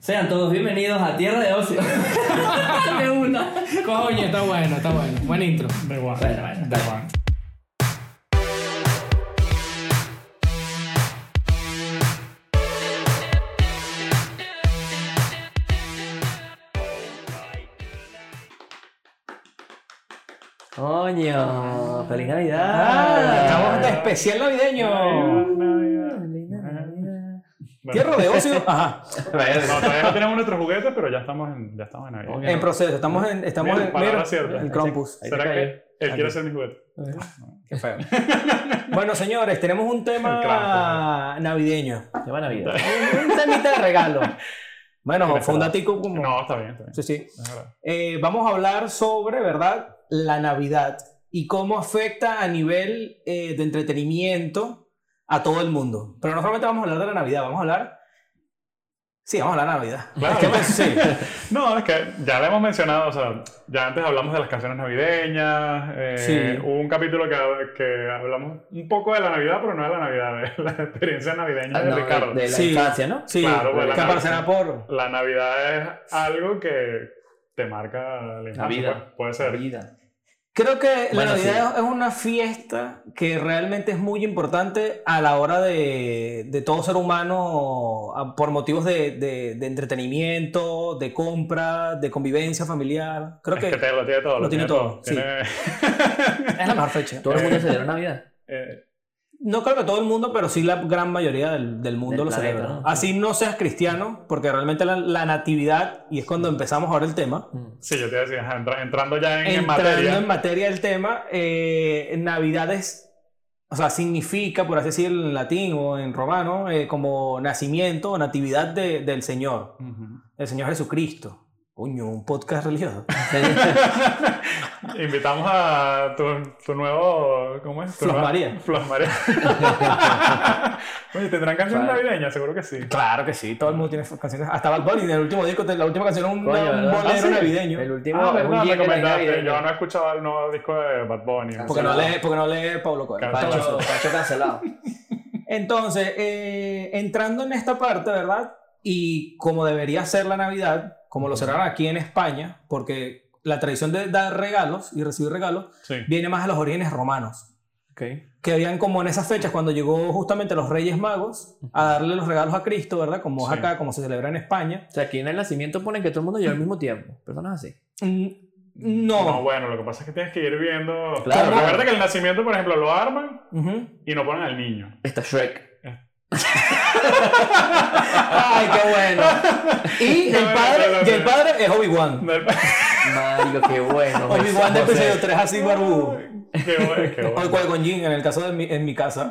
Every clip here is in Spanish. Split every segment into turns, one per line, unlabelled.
Sean todos bienvenidos a Tierra de Ocio. de una.
Coño, está bueno, está bueno. Buen intro.
Da igual.
Bueno, bueno,
Da igual.
Coño, feliz
Ah,
Navidad.
estamos de especial navideño.
Bueno,
Tierra de ocio. Ajá.
no, todavía no tenemos nuestros juguetes, pero ya estamos en, ya estamos en Navidad.
En proceso. Estamos en. Estamos
Mira,
en.
palabra
mira,
cierta.
en Crompus.
¿Será
Ahí te
que
cayó.
él
Aquí.
quiere ser mi juguete?
Qué feo. Bueno, señores, tenemos un
El
tema
crack,
navideño.
Tema Navidad.
Un un temita de regalo. Bueno,
Inesperado.
fue un datico como.
No, está bien, está bien.
Sí, sí.
Es verdad.
Eh, vamos a hablar sobre, ¿verdad? La Navidad y cómo afecta a nivel eh, de entretenimiento a todo el mundo. Pero no solamente vamos a hablar de la Navidad, vamos a hablar... Sí, vamos a hablar de Navidad.
Claro.
Es que, pues, sí.
No, es que ya lo hemos mencionado, o sea, ya antes hablamos de las canciones navideñas, eh,
Sí.
hubo un capítulo que, que hablamos un poco de la Navidad, pero no de la Navidad, de la experiencia navideña
Ah,
de
no,
Ricardo.
de la
Sí.
infancia, ¿no?
Sí,
Claro, pues, la
que
Navidad.
aparecerá por...
La Navidad es algo que te marca la infancia,
vida.
pues, puede ser.
Vida.
Creo que
Bueno,
la Navidad es una fiesta que realmente es muy importante a la hora de, de todo ser humano a- por motivos de, de- de entretenimiento, de compra, de convivencia familiar. Creo
Es que te, lo tiene todo.
Lo tiene todo, sí.
Tiene-
Es la mejor fecha.
Todo el mundo celebra Navidad.
eh,
No creo que todo el mundo, pero sí la gran mayoría del, del mundo
Del
lo
planeta,
celebra.
¿no?
Así no seas cristiano, porque realmente la, la natividad, y es cuando empezamos ahora el tema,
sí, yo te decía, ajá, entra- entrando ya en, en
entrando
materia.
en materia del tema, eh, Navidad es, o sea, significa, por así decirlo en latín o en romano, eh, como nacimiento o natividad de- del Señor,
Ujú.
del Señor Jesucristo. Coño, un podcast religioso.
Invitamos a tu, tu nuevo. ¿Cómo es? Tu
Flos
nueva-
María.
Flos María. Oye, ¿tendrán canciones
Claro.
navideñas? Seguro que sí.
Claro que sí, todo el mundo tiene canciones. Hasta Bad Bunny, en el último disco, la última canción es un,
Coño,
un
¿verdad?
bolero
Ah, sí.
navideño.
El último
Ah,
es un día
verdad, me
que la
comentaste. Yo no
navideña.
he escuchado el nuevo disco de Bad Bunny.
Porque no lee, porque no lee Pablo Coelho.
Claro.
Pancho, Pancho cancelado.
Entonces, eh, entrando en esta parte, ¿verdad? Y como debería ser la Navidad, como lo cerraron aquí en España, porque la tradición de dar regalos y recibir regalos
Sí.
viene más de los orígenes romanos, que habían como en esas fechas, cuando llegó justamente los Reyes Magos a darle los regalos a Cristo, ¿verdad? Como es
Sí.
acá, como se celebra en España.
O sea, aquí en el nacimiento ponen que todo el mundo lleva al mismo tiempo. Personas así.
Mm, No.
bueno, lo que pasa es que tienes que ir viendo.
Claro.
Recuerda que el nacimiento, por ejemplo, lo arman
Ujú.
y no ponen al niño.
Está Shrek.
Ay, qué bueno. Y
Qué
el
bueno,
padre,
bueno,
y el
bueno.
padre es Obi-Wan.
Marico, qué bueno.
Obi-Wan de
José.
episodio 3 así barbudo.
Qué bueno, qué
O el
bueno.
Qui-Gon Jinn, en el caso de mi, en mi casa.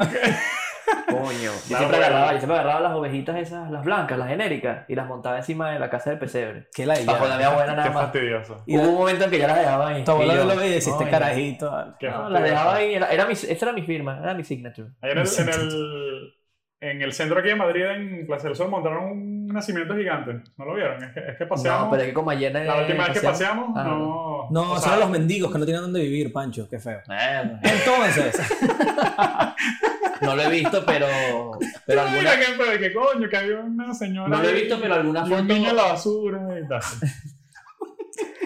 Coño. Yo
No,
siempre,
bueno.
agarraba, yo siempre agarraba las ovejitas esas, las blancas, las genéricas, y las montaba encima de la casa del pesebre.
Qué la
Bajo la mi abuela
Qué
nada más.
fastidioso.
Y
Hubo
la-
un momento en que ya las dejaba ahí.
Tu abuelo
Y yo,
lo ve y decís, este
"Coño".
carajito. vale".
Qué
No,
fastidioso.
las dejaba ahí. Era, era mi, esta era mi firma, era mi signature.
Ayer en, en el, en el centro aquí de Madrid, en Plaza del Sol, montaron un nacimiento gigante. ¿No lo vieron? Es que, es que paseamos.
No, pero es que como ayer. eh,
la última vez que paseamos,
Ah.
no.
No,
o
son
sea,
los mendigos que no tienen dónde vivir, Pancho. Qué feo.
Bueno,
Entonces,
no lo he visto, pero. Pero
mira,
alguna,
que, pero que coño, que había una señora.
no lo he
ahí
visto, pero
y
alguna
un
foto.
niño en la basura y tal.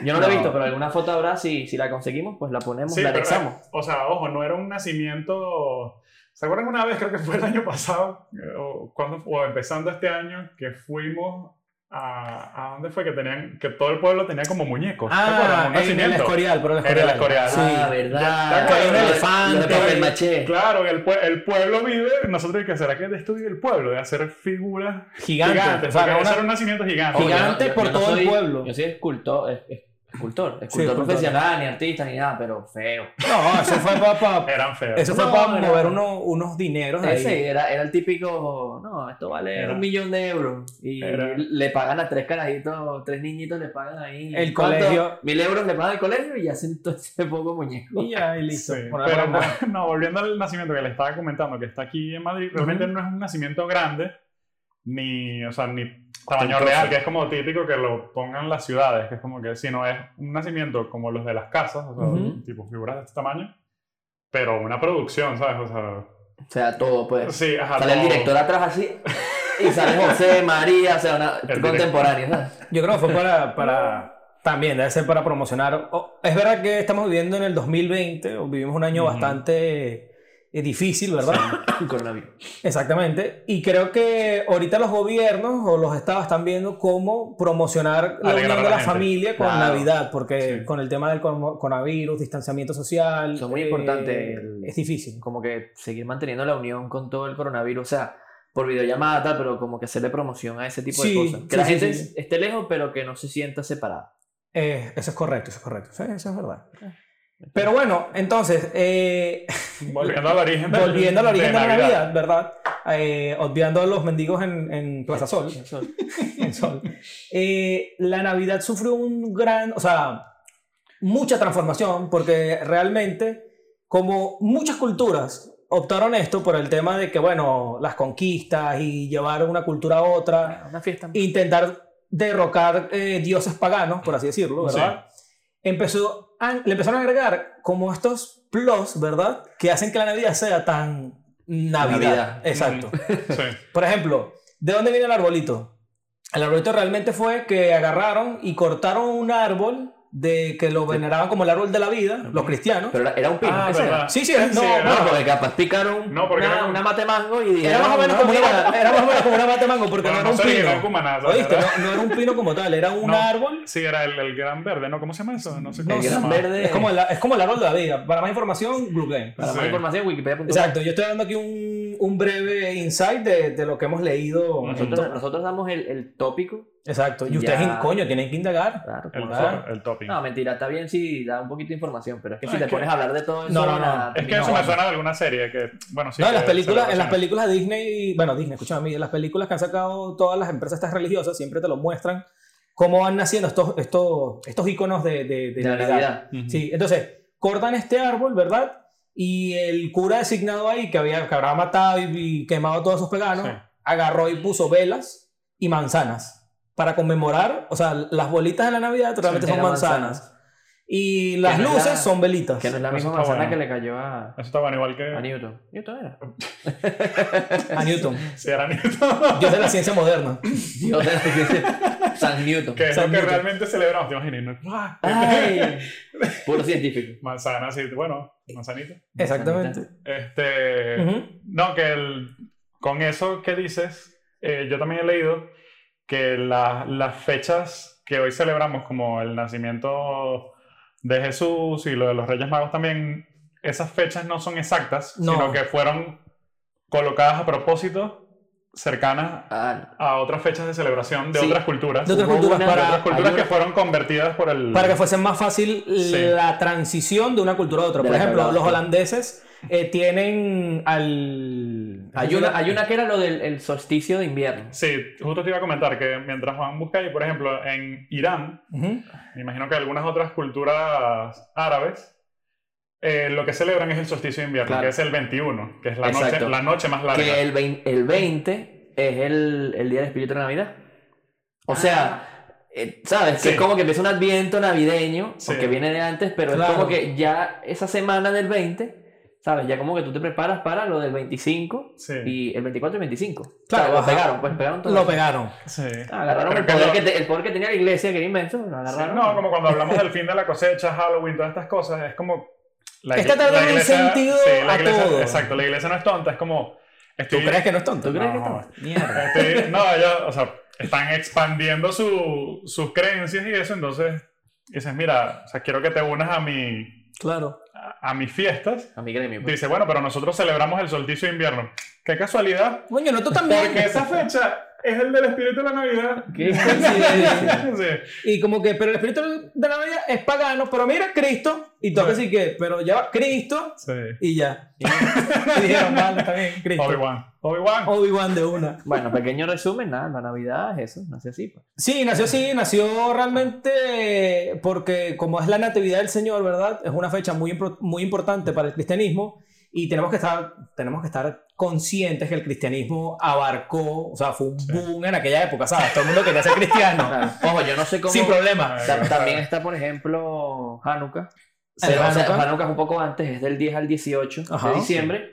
Yo no lo he
No.
visto, pero alguna foto habrá. Si, si la conseguimos, pues la ponemos,
Sí,
la
pero,
anexamos.
eh, o sea, ojo, no era un nacimiento. ¿Se acuerdan una vez, creo que fue el año pasado, eh, o, cuando, o empezando este año, que fuimos a. ¿A dónde fue? Que tenían que todo el pueblo tenía como muñecos. ¿Te acuerdas?
ah,
Un
en el
nacimiento.
escorial, pero el
En el
escorial.
Escorial.
Sí.
Ah,
Ya,
verdad.
ya,
Lo
un
de-
elefante.
Lo de papel maché.
Claro, que el, pue- el pueblo vive, nosotros, que será que de esto vive el pueblo? De hacer figuras
Gigante.
gigantes.
o sea,
porque
una-
eso era un nacimiento gigante.
Oye,
Gigante por todo el
soy-
pueblo.
Yo soy escultor, es- es- escultor, escultor
escultor.
profesional, ni artista, ni nada, pero feo.
No, eso fue para
Eran feos.
eso fue
No,
para
era-
mover uno- unos dineros de ahí.
Ese era, era el típico, no, esto vale
Era.
un millón de euros. Y
Era.
le pagan a tres carajitos, tres niñitos le pagan ahí.
El
¿Cuánto?
colegio.
Mil euros le pagan al colegio y hacen todo ese poco muñeco.
Y ya, y
Sí,
listo. Por ahora
pero
vamos.
bueno, no, volviendo al nacimiento que le estaba comentando, que está aquí en Madrid, realmente no es un nacimiento grande, ni, o sea, ni tamaño
Ostentoso.
real, que es como típico que lo pongan las ciudades, que es como que si no es un nacimiento como los de las casas, o sea,
Ujú.
tipo figuras de este tamaño, pero una producción, ¿sabes? O sea,
O sea, todo, pues.
sí, ajá,
Sale el
todo.
director atrás así. y sale José, María, o sea, una
directo.
contemporánea, ¿sabes?
Yo creo que fue para, para también, debe ser para promocionar. O- es verdad que estamos viviendo en el 2020, o vivimos un año
Ujú.
bastante eh, difícil, ¿verdad?
Coronavirus.
Exactamente. Y creo que ahorita los gobiernos o los estados están viendo cómo promocionar la
Alegrar
unión
a
de
la
la
gente.
familia con
Claro.
Navidad, porque
Sí.
con el tema del con- coronavirus, distanciamiento social.
Eso es muy
eh,
importante, el-
Es difícil.
Como que seguir manteniendo la unión con todo el coronavirus, o sea, por videollamada, tal, pero como que hacerle promoción a ese tipo
Sí,
de cosas. Que
sí,
la
sí,
gente
sí, sí.
esté lejos, pero que no se sienta separada.
Eh, eso es correcto, eso es correcto. Sí, eso es verdad. Pero bueno, entonces, eh,
Volviendo al origen. del-
volviendo al origen de la Navidad, ¿verdad? Eh, obviando a los mendigos en, en Plaza Sol.
Eso-
en Sol. Eh, la Navidad sufrió un gran, o sea, mucha transformación porque realmente, como muchas culturas optaron esto por el tema de que, bueno, las conquistas y llevar una cultura a otra,
Una fiesta.
intentar derrocar eh, dioses paganos, por así decirlo, ¿verdad? Empezó a- le empezaron a agregar como estos plus, ¿verdad? Que hacen que la Navidad sea tan Navidad.
Navidad.
Exacto.
Sí.
Por ejemplo, ¿de dónde viene el arbolito? El arbolito realmente fue que agarraron y cortaron un árbol de que lo veneraban como el árbol de la vida, los cristianos.
Pero era, era un pino.
Ah,
¿ese era?
verdad.
Sí, sí, era- no,
No,
era-
porque capaz picaron
No, porque
una,
era como-
una mate mango y
Era más o menos como una,
eh,
mata- era más o menos como una mata mango, porque
Pero
no,
no se
era
originó
un
en
pino.
Cumaná, ¿sabes?
¿Oíste?
Era-
No, no era un pino como tal, era un
No.
árbol.
Sí, era el, el gran verde, ¿no? ¿Cómo se llama eso? No sé cómo
El
se
gran
llama.
verde.
Es como, el, es como el árbol de la vida. Para más información, Blue Game.
Para más
Sí.
información, wikipedia.com.
Exacto, yo estoy dando aquí un, un breve insight de, de lo que hemos leído.
Ujú.
Nosotros, nosotros damos el, el tópico.
Exacto, y
Ya.
ustedes, coño, tienen que indagar.
Claro,
El,
como
Claro.
top- el topping.
No, mentira, está bien si da un poquito de información, pero es que
No,
si
es
te
que-
pones a hablar de todo eso,
No, no,
van a-
no,
es que
no,
eso me
bueno.
suena de alguna serie que, bueno, sí. eh,
no, en las
que
películas,
se
en las
relaciona.
películas de Disney, bueno, Disney, escúchame a mí, en las películas que han sacado todas las empresas estas religiosas, siempre te lo muestran cómo van naciendo estos, estos, estos iconos de, de, de
De la
Navidad.
Navidad.
Ujú.
Sí, entonces, cortan este árbol, ¿verdad? Y el cura designado ahí, que, había, que habrá matado y, y quemado a todos esos peganos,
Sí.
agarró y puso velas y manzanas para conmemorar, o sea, las bolitas de la Navidad realmente
Sí,
son
eran
manzanas.
manzanas.
Y las
no es
luces
la-
son velitas.
Que no es la
Eso
misma
está
manzana
bueno.
que le cayó a,
Eso estaba igual
a
que...
Newton. Newton era.
A Newton.
Sí, era Newton.
Yo de la ciencia moderna.
Dios de la- San Newton.
que es
San
lo que
Newton.
realmente celebramos, te imaginas. ¿no? ¡Ah!
Ay, puro científico.
Manzana, sí, bueno, manzanita.
Exactamente.
Este...
Ujú.
No, que el- con eso que dices, eh, yo también he leído que la- las fechas que hoy celebramos, como el nacimiento de Jesús y lo de los Reyes Magos también, esas fechas no son exactas,
No.
sino que fueron colocadas a propósito cercanas
Ah,
a otras fechas de celebración de
Sí.
otras culturas.
De otras
Hubo
culturas
una-
De
para,
otras culturas
hay
que
una-
fueron convertidas por el...
para que fuese más fácil
Sí.
la transición de una cultura a otra.
De
Por
la que
ejemplo,
hablabas
los
tú.
holandeses eh, tienen al...
hay, una, hay una que era lo del el solsticio de invierno.
Sí, justo te iba a comentar que mientras Juan busca, y por ejemplo, en Irán,
Ujú.
Me imagino que algunas otras culturas árabes eh, lo que celebran es el solsticio de invierno,
Claro.
que es el 21, que es la, noche,
Exacto.
la noche más larga.
Que el vein- el 20, es el, el día del espíritu de Navidad. O sea, eh, ¿sabes? Que
Sí.
es como que empieza un adviento navideño,
Sí.
porque viene de antes, pero
Claro.
es como que ya esa semana del 20, ¿sabes? Ya como que tú te preparas para lo del 25
Sí.
y el 24 y 25.
Claro,
Claro, lo
ajá.
pegaron, pues pegaron todo.
Lo pegaron.
Sí.
Ah, agarraron
Pero
el
que
poder,
no-
que te- el poder que tenía la iglesia, que era inmenso, lo
Sí,
agarraron.
No, como cuando hablamos del fin de la cosecha, Halloween, todas estas cosas, es como... La,
Está
igle- la
dándole sentido
la
a
iglesia-
todo.
Exacto, la iglesia no es tonta, es como...
¿Tú
estoy-
crees que no es tonto?
¿Tú crees que
No,
no?
Mierda.
estoy- no, ellos, o sea, están expandiendo su- sus creencias y eso, entonces dices, mira, o sea, quiero que te unas a, mi,
Claro.
a, a mis fiestas
A mi gremio. pues.
Dice, bueno, pero nosotros celebramos el solsticio de invierno. Qué casualidad,
Coño, no tú también.
porque esa fecha es el del espíritu de la Navidad.
¿Qué?
Sí.
Y como que, pero el espíritu de la Navidad es pagano, pero mira Cristo. Y tú
Bueno.
así que, pero ya va Cristo
Sí.
y ya. Y dijeron, vale, está bien, Cristo.
Obi-Wan. Obi-Wan.
Obi-Wan de una.
Bueno, pequeño resumen, nada, la Navidad es eso, nace así. Pues.
Sí, nació así, nació realmente porque como es la natividad del Señor, ¿verdad? Es una fecha muy, impor- muy importante para el cristianismo y tenemos que, estar, tenemos que estar conscientes que el cristianismo abarcó, o sea, fue un boom en aquella época, ¿sabes? Todo el mundo quería ser cristiano,
Claro. Ojo, yo no sé cómo.
sin problema.
Ah.
Ta- También está, por ejemplo, Hanukkah.
El
Pero, o sea,
Hanukkah.
Hanukkah es un poco antes, es del 10 al 18
Ajá.
de diciembre.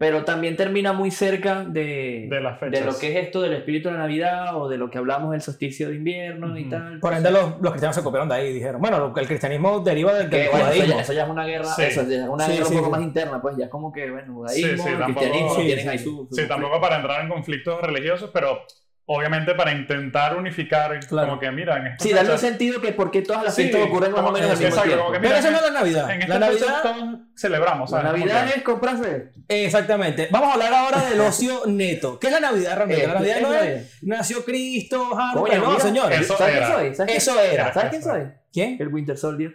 Pero también termina muy cerca de,
de las fechas.
de lo que es esto del espíritu de la Navidad o de lo que hablamos del solsticio de invierno y
Ujú.
tal. pues.
Por ende, los, los cristianos se copiaron de ahí y dijeron, bueno, lo que el cristianismo deriva del, del
Que, bueno, eso, ya,
judaísmo.
eso ya es una guerra,
Sí.
eso ya es una
Sí,
guerra
sí,
un poco
sí.
más interna, pues ya es como que, bueno,
Sí,
judaísmo,
sí, tampoco-
cristianismo,
sí,
tienen
sí,
ahí
sí.
su... su
Sí, tampoco para entrar en conflictos religiosos, pero obviamente para intentar unificar,
Claro.
como que miran. en estas
Sí, darle un
fechas-
sentido que por qué todas las
Sí,
fiestas ocurren más o
como-
menos al
sí,
mismo
exacto,
tiempo.
como que
Pero
mira,
eso no es la Navidad.
En este
La
esta fecha
Navidad,
todos celebramos,
La
¿sabes? Como
Navidad
que-
es comprarse.
exactamente. Vamos a hablar ahora del ocio neto. ¿Qué es la Navidad realmente?
Eh,
la Navidad
¿qué
no
es
es nació Cristo, Hanukkah,
Coño,
no,
mira,
señor.
eso
¿Sabes quién
era.
soy? ¿Sabes quién-
Eso era.
¿Sabes quién soy?
¿Quién?
El Winter Soldier.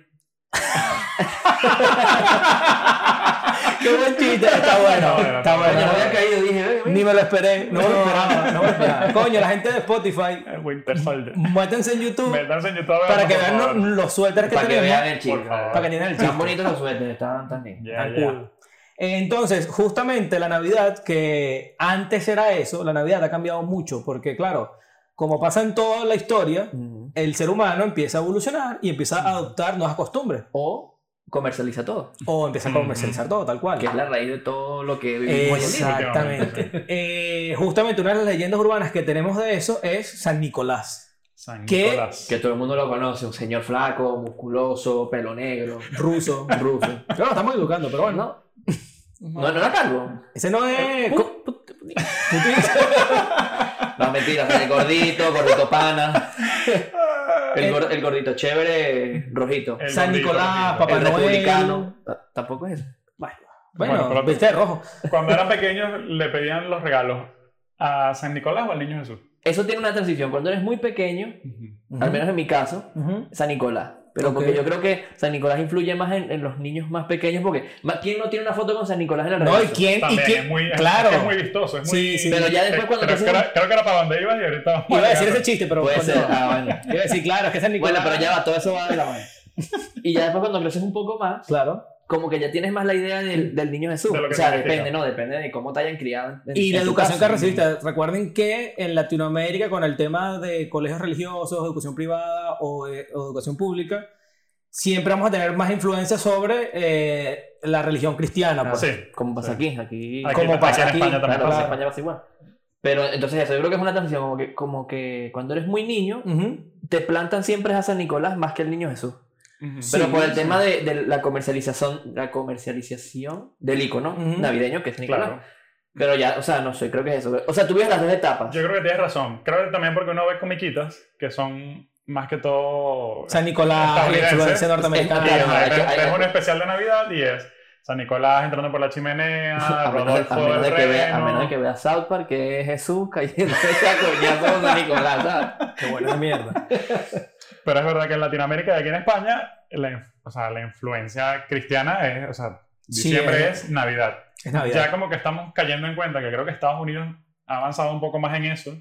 Qué buen chiste. Está bueno,
Coño,
Está bueno, está
está bueno.
me
bueno.
había caído, dije, "Ey,
Ni
ey".
me lo esperé. No me lo esperaba. No me lo esperaba. Coño, la gente de Spotify,
El Winter Soldier.
métanse en YouTube
Métanse en YouTube a
para
verlo,
que
por
vean
favor.
lo- los suéteres que
Para que
tenemos.
vean el
Por
chico.
favor.
Para que vean el
Tan
chiste.
bonitos los suéteres, estaban tan bien.
Ya,
Tan
ya.
cool. Entonces, justamente la Navidad, que antes era eso, la Navidad ha cambiado mucho, porque claro, como pasa en toda la historia,
Ujú.
el ser humano empieza a evolucionar y empieza a adoptar nuevas costumbres,
O comercializa todo,
o empieza a
Ujú.
comercializar todo, tal cual. Eh,
que es la raíz de todo lo que vivimos hoy en día.
Exactamente. Eh, justamente una de las leyendas urbanas que tenemos de eso es San Nicolás,
San
¿Qué?
Nicolás.
Que todo el mundo lo conoce, un señor flaco, musculoso, pelo negro,
ruso.
ruso.
Claro, estamos educando, pero bueno.
No, no, no era calvo.
Ese no es...
Pu- pu- No, mentira, el gordito, gordito pana. El, gor- el gordito chévere, rojito.
El
San
gordito,
Nicolás,
el
Papá
el
Noel.
republicano. T- Tampoco es.
Bueno,
Bueno, pero-
viste de rojo.
Cuando eran pequeños le pedían los regalos a San Nicolás o al Niño Jesús.
Eso tiene una transición. Cuando eres muy pequeño, al menos en mi caso,
Ujú.
San Nicolás. Pero
Ok.
porque yo creo que San Nicolás influye más en, en los niños más pequeños, porque ma- ¿quién no tiene una foto con San Nicolás en la
No, ¿y
regazo?
quién? ¿Y
También
quién?
es muy, es-
claro.
es, que es muy vistoso. Es muy,
Sí, sí.
Pero ya después
Eh,
cuando
creo,
te
que era, creo que era para donde ibas y ahorita vamos
Iba a
a
decir
llegar.
ese chiste, pero
Puede ser.
coño,
Ah, bueno.
Iba a decir, claro, es que San Nicolás.
Bueno, pero ya va, todo eso va de la mano. Y ya después cuando creces un poco más,
Claro.
como que ya tienes más la idea del, del niño Jesús.
De lo que
o sea,
significa.
depende, no, depende de cómo te hayan criado. en-
Y
en
la
tu
educación
casa.
que recibiste, recuerden que en Latinoamérica con el tema de colegios religiosos, educación privada o, eh, o educación pública, siempre vamos a tener más influencia sobre eh, la religión cristiana. pues.
Ah, Sí.
Como pasa aquí, aquí.
Aquí,
Como
aquí
pasa
en
aquí,
España también
Claro,
pasa.
en España pasa igual. Pero entonces eso, yo creo que es una transición, como que, como que cuando eres muy niño,
Ujú.
te plantan siempre a San Nicolás más que al niño Jesús.
Ujú.
Pero
Sí,
por el
sí.
tema de, de la comercialización, la comercialización del icono
Ujú.
navideño que es Nicolás.
Claro.
Pero ya, o sea, no sé, creo que es eso. O sea, tú ves las dos etapas.
Yo creo que tienes razón. Creo que también porque uno ve comiquitas que son más que todo.
San Nicolás, la
Estadounidense.
influencia
Es- claro,
norteamericana.
hay
Ves-
que- hay-
ves
hay-
un especial de Navidad y es San Nicolás entrando por la chimenea,
A menos, de-
Rodolfo
a menos de
el
que vea, a menos de
Reno.
que vea South Park, que es Jesús cayendo a coñazo con San Nicolás, ¿sabes?
Qué buena mierda.
Pero es verdad que en Latinoamérica y aquí en España, la, inf- o sea, la influencia cristiana es, o sea,
Sí,
diciembre
es-
es Navidad.
Es Navidad.
Ya como que estamos cayendo en cuenta que creo que Estados Unidos ha avanzado un poco más en eso,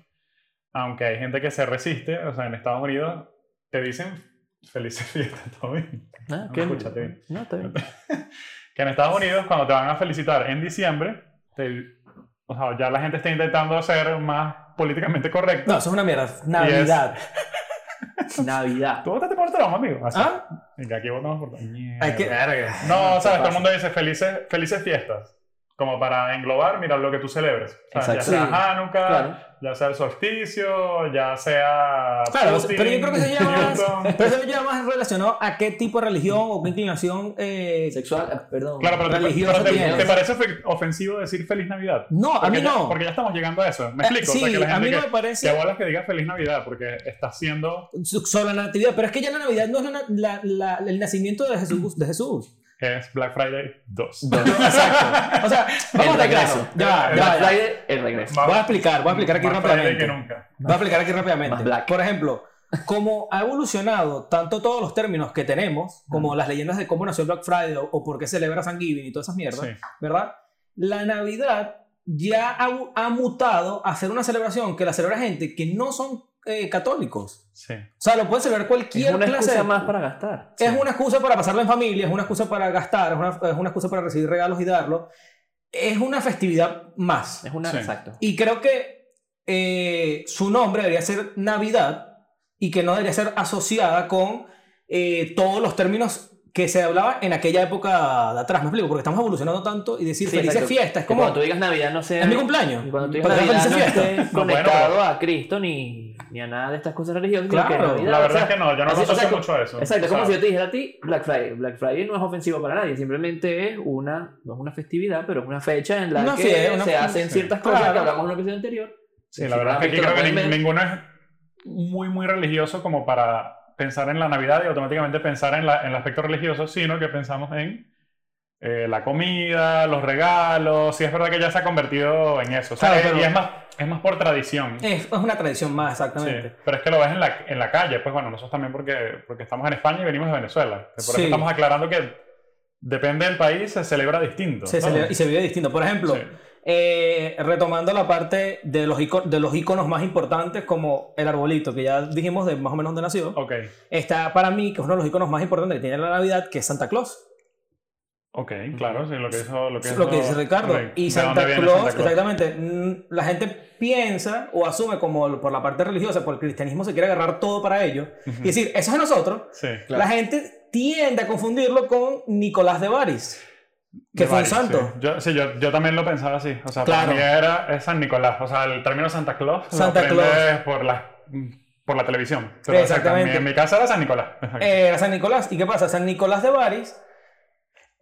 aunque hay gente que se resiste, o sea, en Estados Unidos te dicen felices fiestas, todo bien.
Ah,
No,
¿qué?
escúchate bien.
No, está bien.
Que en Estados Unidos cuando te van a felicitar en diciembre, te- o sea, ya la gente está intentando ser más políticamente correcta.
No, eso es una mierda. Navidad.
Navidad.
Tú votaste por Trump, amigo. Así.
¿Ah?
Y que aquí votamos por Trump.
Hay que...
No,
Ah, ¿Qué
sabes, todo
pasa?
el mundo dice felices, felices fiestas. Como para englobar, mira lo que tú celebres. O sea, ya
Exacto.
sea
Sí,
Hanukkah,
Claro.
ya sea el solsticio, ya sea.
Claro,
Putin,
pero yo creo que se llama más-
Newton.
Pero eso ya más relacionado a qué tipo de religión o qué inclinación eh,
Sexual, eh, perdón.
Claro, pero, te,
Religioso
pero te-
tiene.
¿te parece ofe- ofensivo decir feliz Navidad?
No, a
Porque
mí
ya-
no.
porque ya estamos llegando a eso. ¿Me
Eh,
explico? O sea,
sí,
que la
a
gente
mí no
que,
me parece
que bolas que diga feliz Navidad porque está siendo.
su- solo la natividad, pero es que ya la Navidad no es la na- la- la- el nacimiento de
Mm.
Jesús. De Jesús.
Es Black Friday 2.
Exacto. O sea, vamos
El
a
regreso.
claro. Ya,
El
ya,
Black
ya.
Friday, el regreso.
Voy a explicar, voy a explicar aquí
Más Friday que
rápidamente.
nunca.
Voy a explicar aquí rápidamente.
Más black.
Por ejemplo, como ha evolucionado tanto todos los términos que tenemos,
Mm.
como las leyendas de cómo nació el Black Friday o, o por qué celebra San Giving y todas esas mierdas,
Sí.
¿verdad? La Navidad ya ha, ha mutado a ser una celebración que la celebra gente que no son eh, católicos.
sí.
O sea, lo puede celebrar
Es
cualquier
una
clase.
excusa
de-
más para gastar.
Es una excusa para pasarla en familia, es una excusa para gastar, es una, es una excusa para recibir regalos y darlo. Es una festividad más.
Es una.
Sí.
Exacto.
Y creo que eh, su nombre debería ser Navidad y que no debería ser asociada con eh, todos los términos que se hablaba en aquella época de atrás, me explico, porque estamos evolucionando tanto y decir
Sí,
felices
exacto.
fiestas es
Que
como
Cuando tú digas Navidad, no sé.
es mi cumpleaños.
Y cuando tú digas
Para
Navidad,
felices
no
fiestas.
estés
No, bueno,
conectado
pero-
a Cristo ni, ni a nada de estas cosas religiosas. sino
Claro,
que Navidad,
La verdad
o sea,
es que no, yo no
así-
lo
o sea,
asocio
como-
mucho a eso.
Exacto,
O
es como
sea,
si yo te dijera a ti Black Friday. Black Friday no es ofensivo para nadie, simplemente es una, no es una festividad, pero es una fecha en la
Una
que
fie- una
se
fe-
hacen
sí.
ciertas cosas
Claro.
que hablamos en un episodio anterior.
Sí, la verdad es que aquí
Esto lo
creo que
pueden
nin-
ver.
ninguno es muy, muy religioso como para pensar en la Navidad y automáticamente pensar en, la- en el aspecto religioso, sino que pensamos en eh, la comida, los regalos. Sí, es verdad que ya se ha convertido en eso. O sea,
Claro,
es-
pero-
y es más, es más por tradición. Sí,
Es, es una tradición más, exactamente.
pero es que lo ves en la, en la calle. Pues bueno, nosotros también porque, porque estamos en España y venimos de Venezuela. Que Por
Sí.
eso estamos aclarando que depende del país, se celebra distinto.
Se
¿no?
celebra- y se vive distinto. Por ejemplo,
Sí.
eh, retomando la parte de los, ico- de los iconos más importantes, como el arbolito, que ya dijimos de más o menos dónde nació,
Ok,
está para mí, que es uno de los iconos más importantes que tiene la Navidad, que es Santa Claus.
ok, claro, sí, lo que hizo... Lo que,
Es lo que
hizo-
dice Ricardo.
de-
Y
de
Santa
dónde
Claus,
viene Santa Claus.
exactamente. mm, La gente piensa o asume como lo- por la parte religiosa, por el cristianismo se quiere agarrar todo para ello. Y decir, eso es de nosotros.
Sí.
Claro.
La gente tiende a confundirlo con Nicolás de Baris, que
De
fue un
varios,
santo.
Sí, yo, sí, yo, yo también lo pensaba así. O sea,
Claro.
para mí era es San Nicolás. O sea, el término Santa Claus lo
Santa Claus.
aprendes por la, por la televisión. Pero, o sea,
Exactamente.
en mi casa era San Nicolás.
Era Eh, San Nicolás. ¿Y qué pasa? San Nicolás de Baris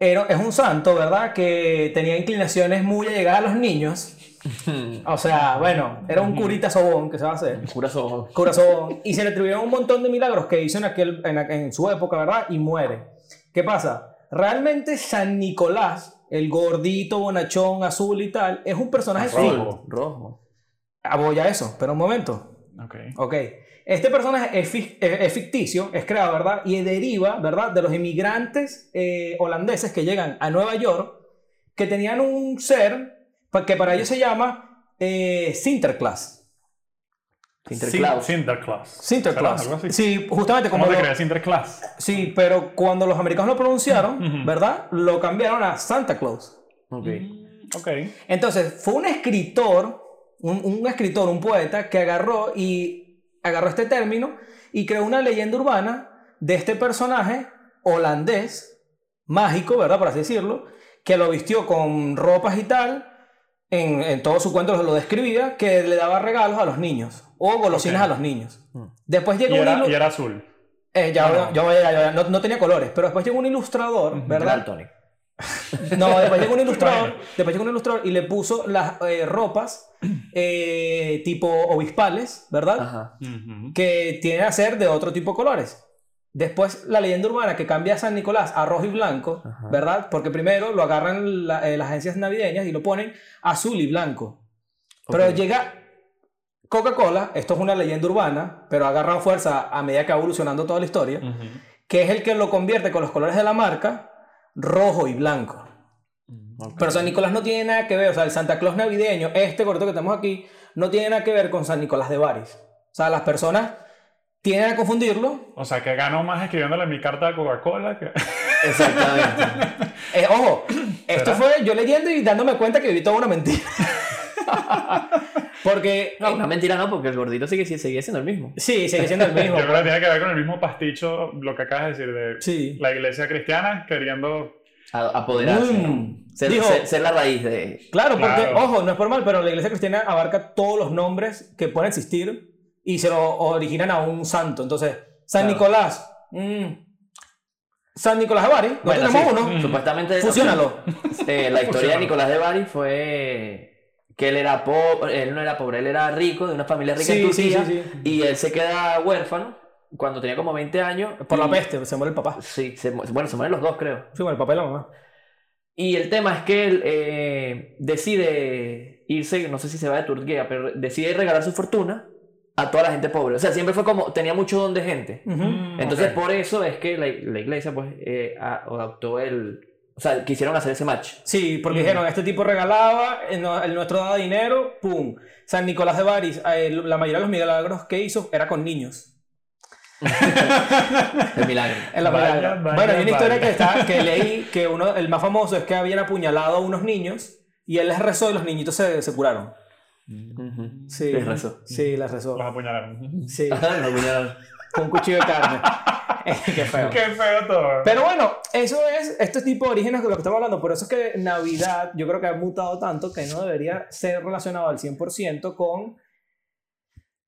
era, es un santo, ¿verdad? Que tenía inclinaciones muy allegadas a los niños.
Mm,
O sea, bueno, era un curita sobón que se va a hacer.
Puras ojos.
Corazón. Y se le atribuyeron un montón de milagros que hizo en, aquel, en, aqu- en su época, ¿verdad? Y muere. ¿Qué pasa? Realmente San Nicolás, el gordito, bonachón, azul y tal, es un personaje
Azul.
ficticio.
Rojo. Rojo.
Ah, voy a eso, pero un momento.
Ok.
Ok. Este personaje es, fic- es- es ficticio, es creado, ¿verdad? Y deriva, ¿verdad? De los inmigrantes eh, holandeses que llegan a Nueva York, que tenían un ser pa- que para ellos se llama eh, Sinterklaas.
Sinterklaas.
Sin- Sinterklaas.
Sinterklaas.
¿Será algo así?
Sí, justamente como
¿Cómo te
lo-
crees Sinterklaas?
Sí, pero cuando los americanos lo pronunciaron,
Ujú.
¿verdad? Lo cambiaron a Santa Claus.
Mm,
Ok.
Ok.
Entonces, fue un escritor, un, un escritor, un poeta, que agarró y agarró este término y creó una leyenda urbana de este personaje holandés, mágico, ¿verdad? Por así decirlo, que lo vistió con ropas y tal. En, en todo su cuento lo describía, que le daba regalos a los niños o golosinas
Ok.
a los niños.
Mm.
Después
Y
llegó un
era,
ilu-
y era azul.
eh, ya,
No, no.
yo voy a- ya- ya- no, no tenía colores, pero después llegó un ilustrador, ¿verdad?
Daltonic.
No, después llegó un ilustrador,
Bueno.
después llegó un ilustrador y le puso las eh, ropas eh, tipo obispales, ¿verdad?
Ajá.
Que tienen a ser de otro tipo de colores. Después la leyenda urbana que cambia a San Nicolás a rojo y blanco,
Ajá.
¿verdad? Porque primero lo agarran la- eh, las agencias navideñas y lo ponen azul y blanco. Pero
Ok.
llega Coca-Cola, esto es una leyenda urbana, pero ha agarrado fuerza a medida que va evolucionando toda la historia que es el que lo convierte con los colores de la marca rojo y blanco.
Ok.
Pero San Nicolás no tiene nada que ver, o sea, el Santa Claus navideño, este gordo que tenemos aquí, no tiene nada que ver con San Nicolás de Baris. O sea, las personas tienen a confundirlo.
O sea, que ganó más escribiéndole mi carta a Coca-Cola que...
Exactamente.
Eh, ojo, esto
¿Será?
fue yo leyendo y dándome cuenta que viví toda una mentira. Porque... eh,
No, una mentira no, porque el gordito sigue, sigue siendo el mismo.
Sí, sigue siendo el
Yo
mismo.
creo que tiene que ver con el mismo pasticho, lo que acabas de decir, de
Sí.
la iglesia cristiana queriendo
A- apoderarse.
Mm.
¿no? Ser,
Dijo-
ser- ser la raíz de.
Claro, porque,
Claro.
ojo, no es por mal, pero la iglesia cristiana abarca todos los nombres que pueden existir y se lo originan a un santo. Entonces, San
Claro.
Nicolás. mm, San Nicolás de Bari, no
Bueno,
tenemos
sí,
uno.
Mm.
Supuestamente.
Fusiónalo.
Eh, la historia de
Funciona.
Nicolás de Bari fue que él era pobre, él no era pobre, él era rico, de una familia rica en
Sí, sí,
Turquía,
sí, sí.
y él se queda huérfano cuando tenía como 20 años.
Por
y-
la peste, se muere el papá.
Sí, se mu- bueno, se mueren los dos, creo.
Sí, bueno, el papá y la mamá.
Y el tema es que él eh, decide irse, no sé si se va de Turquía, pero decide regalar su fortuna a toda la gente pobre. O sea, siempre fue como, tenía mucho don de gente.
Ujú.
Mm,
Entonces,
ok.
por eso es que la, la iglesia, pues, eh, a- adoptó el... O sea, quisieron hacer ese match.
Sí, porque
Mm.
dijeron, este tipo regalaba, el, no- el nuestro daba dinero, pum. San Nicolás de Baris, eh, la mayoría de los milagros que hizo era con niños.
El milagro.
En la
Vaya,
palabra.
vaya,
bueno, hay una historia
vaya.
que, está, que leí que uno, el más famoso es que habían apuñalado a unos niños y él les rezó y los niñitos se, se curaron.
Ujú.
Sí,
Les rezó.
Sí, les rezó.
Los apuñalaron.
Sí.
Ah, Ajá, lo apuñalaron.
con un cuchillo de carne. Qué feo.
Qué feo todo.
Pero bueno, eso es, este tipo de orígenes de lo que estamos hablando. Por eso es que Navidad, yo creo que ha mutado tanto que no debería ser relacionado al 100% con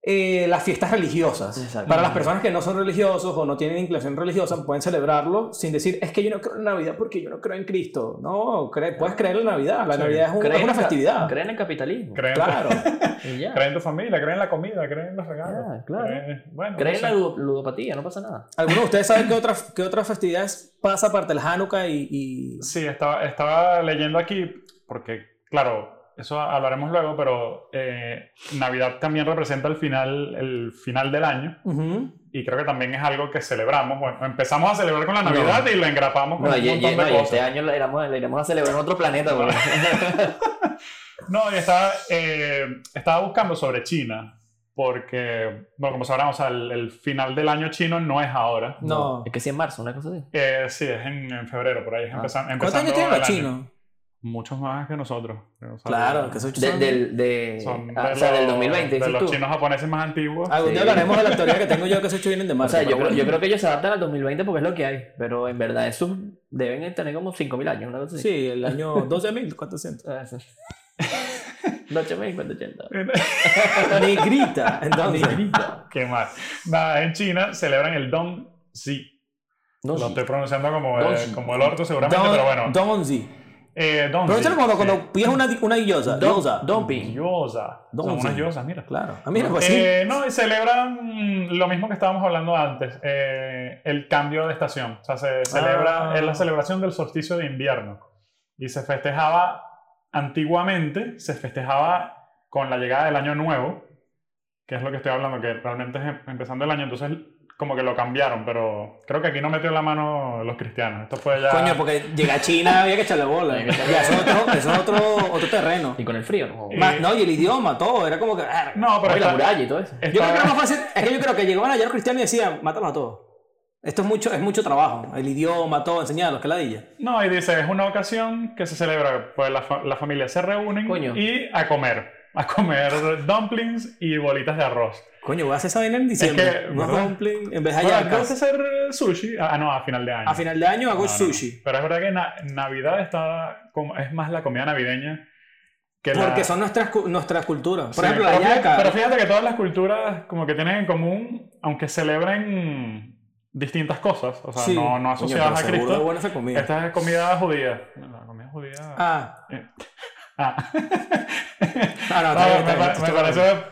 eh, las fiestas religiosas.
Exacto.
Para las personas que no son religiosos o no tienen inclinación religiosa, pueden celebrarlo sin decir, es que yo no creo en Navidad porque yo no creo en Cristo. No, cre- puedes creer en Navidad. La
Sí.
Navidad es, un-
Creen
es una
en ca-
festividad.
Creen en capitalismo.
Creen,
Claro.
Y ya.
creen en tu familia, creen en la comida, creen en los regalos.
Ah, claro.
Creen, bueno,
Creen
no
en la
sé.
ludo- ludopatía, no pasa nada.
¿Alguno de ustedes sabe qué otras qué otras festividades pasa aparte del Hanukkah y, y-
Sí, estaba, estaba leyendo aquí, porque, claro, eso hablaremos luego, pero eh, Navidad también representa el final, el final del año
Ujú.
y creo que también es algo que celebramos. Bueno, empezamos a celebrar con la Navidad y la engrapamos con
No,
un
y,
montón
y-
de
no, y
cosas.
este año la iremos, la iremos a celebrar en otro planeta, güey.
No, y estaba, eh, estaba buscando sobre China, porque, bueno, como sabrán, o sea, el, el final del año chino no es ahora.
No.
Es que sí, en marzo, una cosa así.
Eh, sí, es en, en febrero, por ahí es
Ah.
empezan- empezando.
¿Cuántos años tienen los
el año.
chinos?
Muchos más que nosotros. O sea,
Claro, que soy
De- del, de,
Son
ah,
de
o sea, del
los-
2020,
De
dices
los
tú. Ah.
chinos japoneses más antiguos.
Algún
Sí.
día hablaremos de la teoría que tengo yo que esos chicos vienen de
O
Marte.
sea, yo
pero
creo,
bueno.
yo creo que ellos se adaptan al 2020 porque es lo que hay. Pero en verdad, esos deben tener como 5.000 años, una cosa así.
Sí, el año 12.400.
Ah, sí. 8.480.
Negrita, entonces.
Qué mal. Nada, en China celebran el Don Si.
No,
Lo
sí.
estoy pronunciando como, eh,
Donzi.
como el orto seguramente,
Don-
pero bueno.
Donzi.
eh, Donzi.
Pronúncialo cuando,
Sí.
cuando pides una, una yosa.
Don-
yosa.
Dumping.
Yosa. Son
Donzi.
unas yosas, mira.
Claro. Ah, pues A mí me así.
Eh, no, y celebran lo mismo que estábamos hablando antes, eh, el cambio de estación. O sea, se celebra,
Ah.
es la celebración del solsticio de invierno. Y se festejaba, antiguamente, se festejaba con la llegada del año nuevo, que es lo que estoy hablando, que realmente es em- empezando el año, entonces como que lo cambiaron, pero creo que aquí no metió la mano los cristianos. Esto fue ya...
Coño, pues, porque llega a China había que echarle bola.
Hay
Ya,
que
eso
echarle
es otro, eso es otro, otro terreno.
Y con el frío, ¿no?
Eh,
Más- no, y el idioma, todo. Era como que. ah,
no, pero
Oye, la
está- Eh,
muralla y todo eso.
Yo creo
está-
que era más fácil. Es que yo creo que llegaban allá los cristianos y decían, mátalos a todos. Esto es mucho, es mucho trabajo. El idioma, todo, enseñarlos, que ladilla.
No, y dice, es una ocasión que se celebra, pues la, fa- la familia se reúnen
Coño.
y a comer, a comer dumplings y bolitas de arroz.
Coño, voy a hacer esa vaina en diciembre.
Es que,
Unos
¿verdad?
dumplings en vez de
Bueno,
hallacas.
¿no vas a hacer eh, sushi? Ah, no, a final de año.
A final de año
No,
hago
no, no.
sushi.
Pero es verdad que na- Navidad está como- es más la comida navideña que la...
Porque son nuestras, cu- nuestras culturas. Por
Sí,
ejemplo, la
pero fíjate,
hallaca.
pero fíjate que todas las culturas como que tienen en común, aunque celebren distintas cosas, o sea,
Sí.
no, no
Coño,
asociadas
pero
a
seguro es
Cristo. Este-
buena esa comida.
Esta es comida judía. La comida judía...
Ah,
Ah.
ah, no,
No,
está bien,
me,
está bien,
pa-
está
me
bien.
parece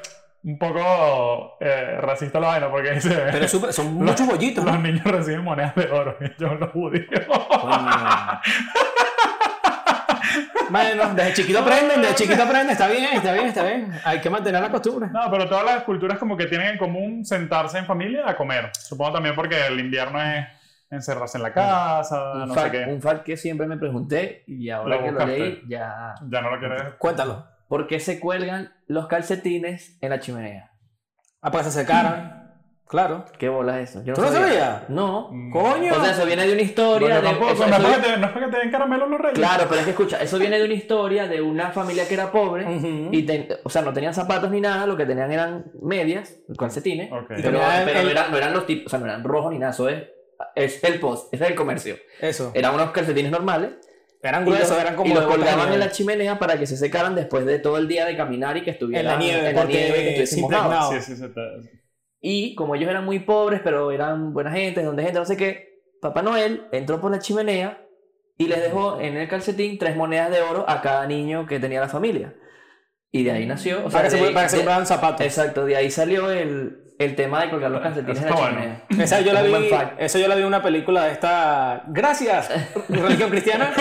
un poco eh, racista la vaina porque dice
Pero es súper- son muchos bollitos.
los
¿no?
niños reciben monedas de oro y yo los judíos.
Bueno, desde chiquito aprenden, desde chiquito aprenden. Está bien, está bien, está bien. Hay que mantener la costumbre.
No, pero todas las culturas como que tienen en común sentarse en familia a comer. Supongo también porque el invierno es encerrarse en la casa,
un,
no sé
fact,
qué.
un fact que siempre me pregunté y ahora
Lo
que lo
buscaste.
leí, ya.
Ya no lo quieres.
Cuéntalo.
¿Por qué se cuelgan los calcetines en la chimenea?
Ah, para que se secaran. Claro.
¿Qué bola es eso? Yo
¿Tú no sabías? Mm.
No.
Coño.
O sea, eso viene de una historia.
Bueno,
de-
tampoco,
eso-
no, es
eso-
porque te, no es porque te den caramelo los reyes.
Claro, pero es que escucha, eso viene de una historia de una familia que era pobre
Ujú.
y ten- o sea, no tenían zapatos ni nada, lo que tenían eran medias, calcetines,
Ok.
pero,
Tenían
pero
el-
no, eran, no eran los tipos, o sea, no eran rojos ni nada, eso es, es el post, ese es el comercio.
Eso.
Eran unos calcetines normales
Eran
y los,
gruesos, eran como
y los
de botas de
colgaban en
nieve.
la chimenea para que se secaran después de todo el día de caminar y que estuvieran
En la nieve,
en la
porque
nieve, que
se
estuviesen
impregnaba.
mojados.
Sí, sí, sí, te-
Y como ellos eran muy pobres, pero eran buena gente, donde gente, no sé qué, Papá Noel entró por la chimenea y les dejó en el calcetín tres monedas de oro a cada niño que tenía la familia. Y de ahí nació. O sea,
Mm. Para que
de
se-
ahí-
para que se
de-
compraran zapatos.
Exacto, de ahí salió el, el tema de colgar los calcetines en la
Ah, Está bueno.
chimenea.
Esa yo la
Es
vi,
un buen fact.
eso yo la vi en una película de esta. Gracias, religión cristiana,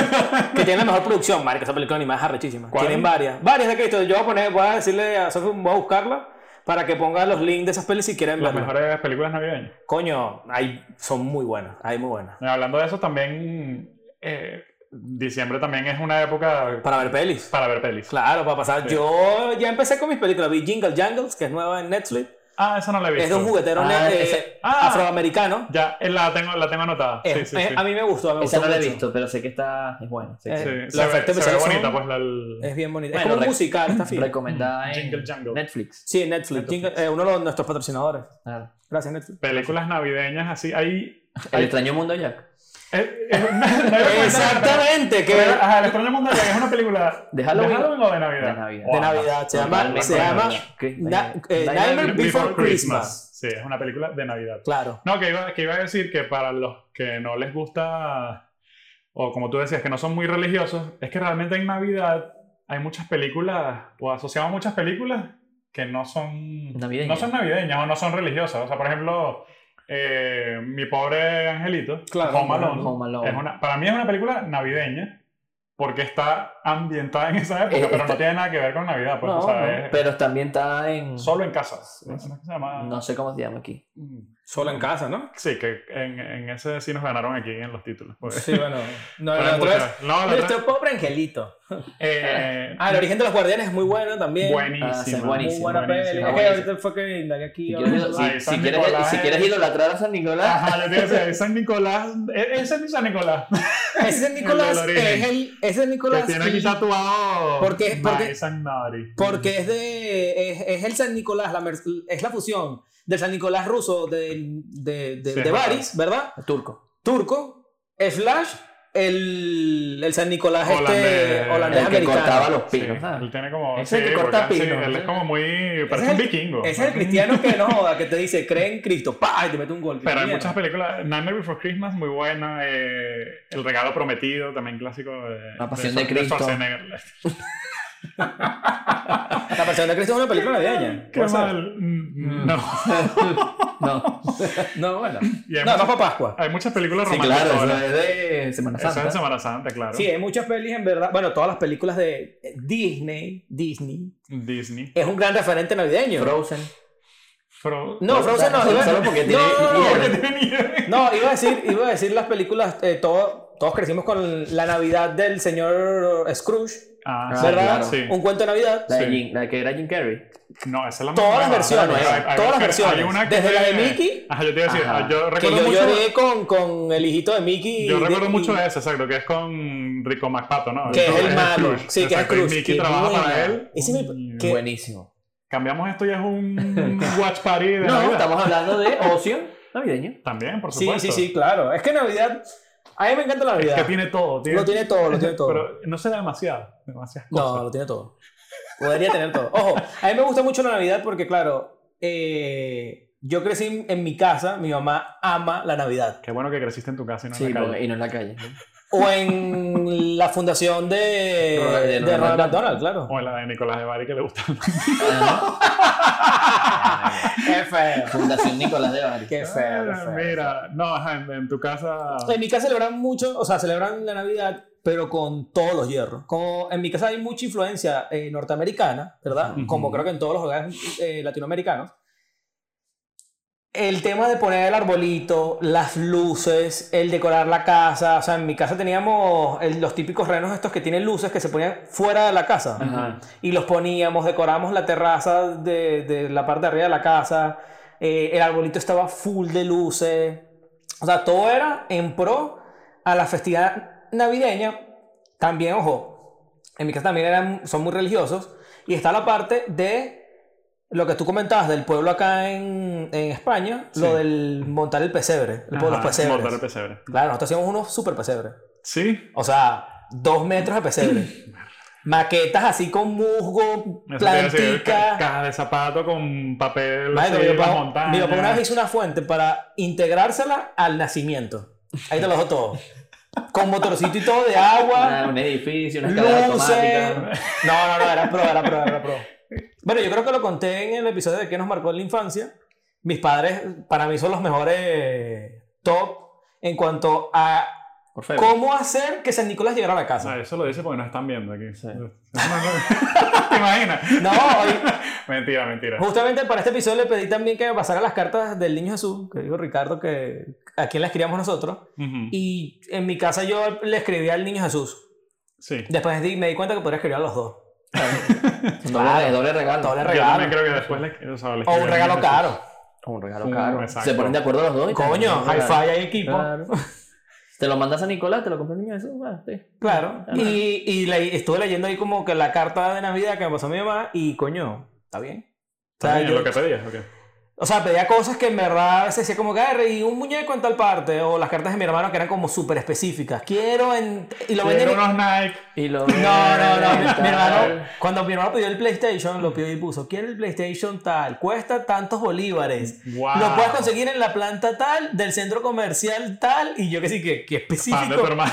que tiene la mejor producción, marica, esa película animada es arrechísima.
¿Cuál?
Tienen varias, varias de Cristo. Yo voy a poner, voy a decirle a Sofi, voy a buscarla para que ponga los links de esas pelis si quieren
Las
verlas.
mejores películas navideñas.
Coño, hay, son muy buenas, hay muy buenas.
Y Hablando de eso, también eh, diciembre también es una época
Para ver pelis.
para ver pelis.
Claro, para pasar. Yo ya empecé con mis películas. Vi Jingle Jangles, que es nueva en Netflix.
Ah, esa no la he visto.
Es de un juguetero
Ah,
ne- eh,
ese-
ah.
afroamericano.
Ya, eh, la tengo, la tengo anotada.
Eh,
sí, sí,
eh,
sí.
A mí me gustó, me
Esa
gustó
no la he
mucho.
visto, pero sé que está. Es buena. sé que-
Eh,
Sí,
los
se ve,
efectos
se ve
especiales
bonita,
son-
pues la. el-
Es bien bonita.
Bueno,
es como
rec-
musical esta film.
Recomendada en
Jingle Jangle.
Netflix.
Sí, en Netflix.
Netflix.
Jingle- eh, uno de los- nuestros patrocinadores.
Ah,
Gracias, Netflix.
Películas navideñas así. Ahí.
El extraño mundo de Jack.
eh, eh, no- no hay cuenta,
Exactamente, que
pero- pero,
de
Ajá, El extraño mundo de Jack es una película.
De Halloween.
¿De Halloween o de Navidad?
De Navidad.
Wow.
Navidad. Se llama,
Totalmente
se llama
Navidad. Cri-
Na-
Nightmare
eh, Nightmare
Before-
Before Christmas.
Sí, es una película de Navidad.
Claro.
No, que iba, que iba a decir que para los que no les gusta, o como tú decías, que no son muy religiosos, es que realmente en Navidad hay muchas películas, o asociamos muchas películas que no son
Navideñas.
no son navideñas o no son religiosas. O sea, por ejemplo, eh, Mi Pobre Angelito,
Claro,
Home Alone,
Home Alone.
es una- para mí es una película navideña porque está ambientada en esa época,
Eh,
pero
está-
no tiene nada que ver con Navidad, pues,
No,
o sea,
no,
es
Pero también está en.
solo en casa. ¿no? ¿Cómo es que se llama? mm.
No sé cómo se llama aquí.
Solo en casa, ¿no?
Sí, que en, en ese sí nos ganaron aquí en los títulos. pues.
Sí, bueno. No,
Para
la otra vez.
escuchar. No, la otra-
Nuestro pobre angelito.
eh,
Ah, el origen de los guardianes es muy bueno también.
Ah, sí,
buenísima.
es buenísima.
Muy buena
buenísima,
peli. Es que
buenísima.
ahorita fue que indagué aquí.
Si
hablando.
quieres, si,
Ay, San
si quieres,
Nicolás
si
es-
quieres idolatrar a San Nicolás,
Ajá, yo te decía, es San Nicolás. Es, es el San Nicolás.
Ese es Nicolás.
El del origen.
Es el, ese es
Que
Nicolás.
tiene
y-
aquí tatuado.
¿Por qué? ¿Por
My
qué?
San Nari.
Porque es de. Es, es el San Nicolás, la mer- es la fusión del San Nicolás ruso de, de, de,
Sí,
de
es
Baris, ¿verdad?
Ah.
turco.
Turco. Slash, el, el San Nicolás
Holandés.
este holandés
El que
americano.
cortaba los
Sí,
pinos.
ah.
¿sabes?
él tiene como.
Es el que
porque
corta
sí,
pino,
Él es
¿sí?
como muy. Parece
es
un
el-
vikingo.
Ese es el cristiano que no joda, que te dice, cree en Cristo, pa, y te mete un golpe.
Pero hay
Mierda.
muchas películas. Nightmare Before Christmas, muy buena. eh, el regalo prometido, también clásico. De,
La Pasión de Cristo.
Schwarzenegger.
La Pasión de Cristo es una película navideña.
Qué
¿Puede ser?
mal. Mm, No.
No,
No, bueno.
Y Ah, hay,
No, no
muchas,
para Pascua.
hay muchas películas
sí,
románticas.
claro, eso
ahora.
es de Semana
Eso es en
Santa.
Semana Santa, claro.
Sí, hay muchas pelis en verdad. Bueno, todas las películas de Disney, Disney,
Disney.
es un gran referente navideño.
Frozen.
Fro-
no, Frozen no.
Solo-
iba-
solo porque tiene
No, no, no,
nieve.
Porque tiene nieve.
No, iba a decir, iba a decir las películas, eh, todo- todos crecimos con la Navidad del señor Scrooge,
Ah,
Ah,
sí,
¿verdad?
claro.
sí.
Un cuento de Navidad.
La, de
Sí.
Jim- la que era Jim Carrey.
No, esa es la más
Todas las
nueva.
versiones,
Hay- hay- hay
todas las
versiones. Hay
versiones.
una que
Desde la de
tiene-
Mickey.
Ajá, yo te iba a decir.
Ajá.
ah, Yo
Que
recuerdo
yo
mucho.
lloré con, con el hijito de Mickey.
Yo
y-
recuerdo
y-
mucho esa, exacto, que es con Rico McPato, ¿no?
Que es el malo.
Scrooge,
Sí, que es
exacto, y
Scrooge.
Mickey
que
trabaja
buena.
para él. Mm,
Ese me-
Y
que-
Buenísimo.
Cambiamos esto y es un Watch Party de
No,
Navidad.
estamos hablando de ocio navideño.
También, por
Sí,
supuesto.
sí, sí, claro. Es que Navidad. A mí me encanta la
Es
Navidad.
que tiene todo. Tiene,
Lo tiene todo, lo tiene todo.
Pero no será demasiado. Demasiadas cosas.
No, lo tiene todo. Podría tener todo. Ojo, a mí me gusta mucho la Navidad porque, claro, eh, yo crecí en- en mi casa, mi mamá ama la Navidad.
Qué bueno que creciste en tu casa y no
Sí,
en la calle.
y no en la calle. ¿no?
O en la fundación de,
Ronald- de
de,
Ronald
Ronald
McDonald.
McDonald, claro.
O en la de Nicolás de Bari que le gusta.
Qué feo.
Fundación Nicolás de Bari.
Qué feo. qué
Ah,
feo.
Mira, no, ajá, en, en tu casa.
En mi casa celebran mucho, o sea, celebran la Navidad, pero con todos los hierros. Como en mi casa hay mucha influencia eh, norteamericana, ¿verdad?
Ujú.
Como creo que en todos los hogares eh, latinoamericanos. El tema de poner el arbolito, las luces, el decorar la casa. O sea, en mi casa teníamos el- los típicos renos estos que tienen luces que se ponían fuera de la casa
Ajá.
y los poníamos, decoramos la terraza de, de la parte de arriba de la casa, eh, el arbolito estaba full de luces, o sea, todo era en pro a la festividad navideña, también, ojo, en mi casa también eran, son muy religiosos, y está la parte de lo que tú comentabas del pueblo acá en, en España,
Sí.
lo del montar el pesebre, el pueblo de los
Ajá,
pesebres.
montar el pesebre.
Claro, nosotros hacíamos unos super pesebres.
Sí.
O sea, dos metros de pesebre. Maquetas así con musgo,
Eso te iba a decir, ca-
plantica.
Caja de zapato con papel.
Madre,
así,
mi
la
papá-
montaña.
mi papá una vez hizo una fuente para integrársela al nacimiento. Ahí te lo dejo todo. Con motorcito y todo de
Una-
agua,
un edificio, una escalera
luces.
automática.
No, no, no, era pro, era pro, era pro. Bueno, yo creo que lo conté en el episodio de qué nos marcó en la infancia. Mis padres, para mí, son los mejores top en cuanto a
Orfeo.
cómo hacer que San Nicolás llegara a la casa.
Ah, eso lo dice porque nos están viendo aquí.
Sí.
¿Te imaginas?
No, hoy-
Mentira, mentira.
Justamente para este episodio le pedí también que me pasara las cartas del niño Jesús, que dijo Ricardo que a quién las criamos nosotros.
Ujú.
Y en mi casa yo le escribí al niño Jesús.
Sí.
Después di- me di cuenta que podría escribir a los dos.
Un doble, doble regalo.
Doble
Yo también
regalo.
creo que después le, o sea, le
O un
escribieron
regalo
eso.
caro.
Un regalo
Un-
caro.
exacto.
Se ponen de acuerdo los dos. y te-
Coño,
te-
hi-fi hay equipo.
Claro. Te lo mandas a Nicolás, te lo compras niño Jesús. Ah, sí.
Claro. Y, y le- estuve leyendo ahí como que la carta de Navidad que me pasó mi mamá y coño, está bien. O
Está
sea,
bien,
yo-
lo que pedías, ok.
o sea, pedía cosas que en verdad a veces decía como que "Ay, y un muñeco en tal parte o las cartas de mi hermano que eran como súper específicas. Quiero en... Y lo venden
Quiero
en-
unos Nike.
Y lo
No, no, no. mi-
Tal.
mi hermano, cuando mi hermano pidió el PlayStation, lo pidió y puso, quiere el PlayStation tal, cuesta tantos bolívares.
Wow.
Lo puedes conseguir en la planta tal, del centro comercial tal, y yo que sí, que,
Fan
que
de tu
específico.
hermano.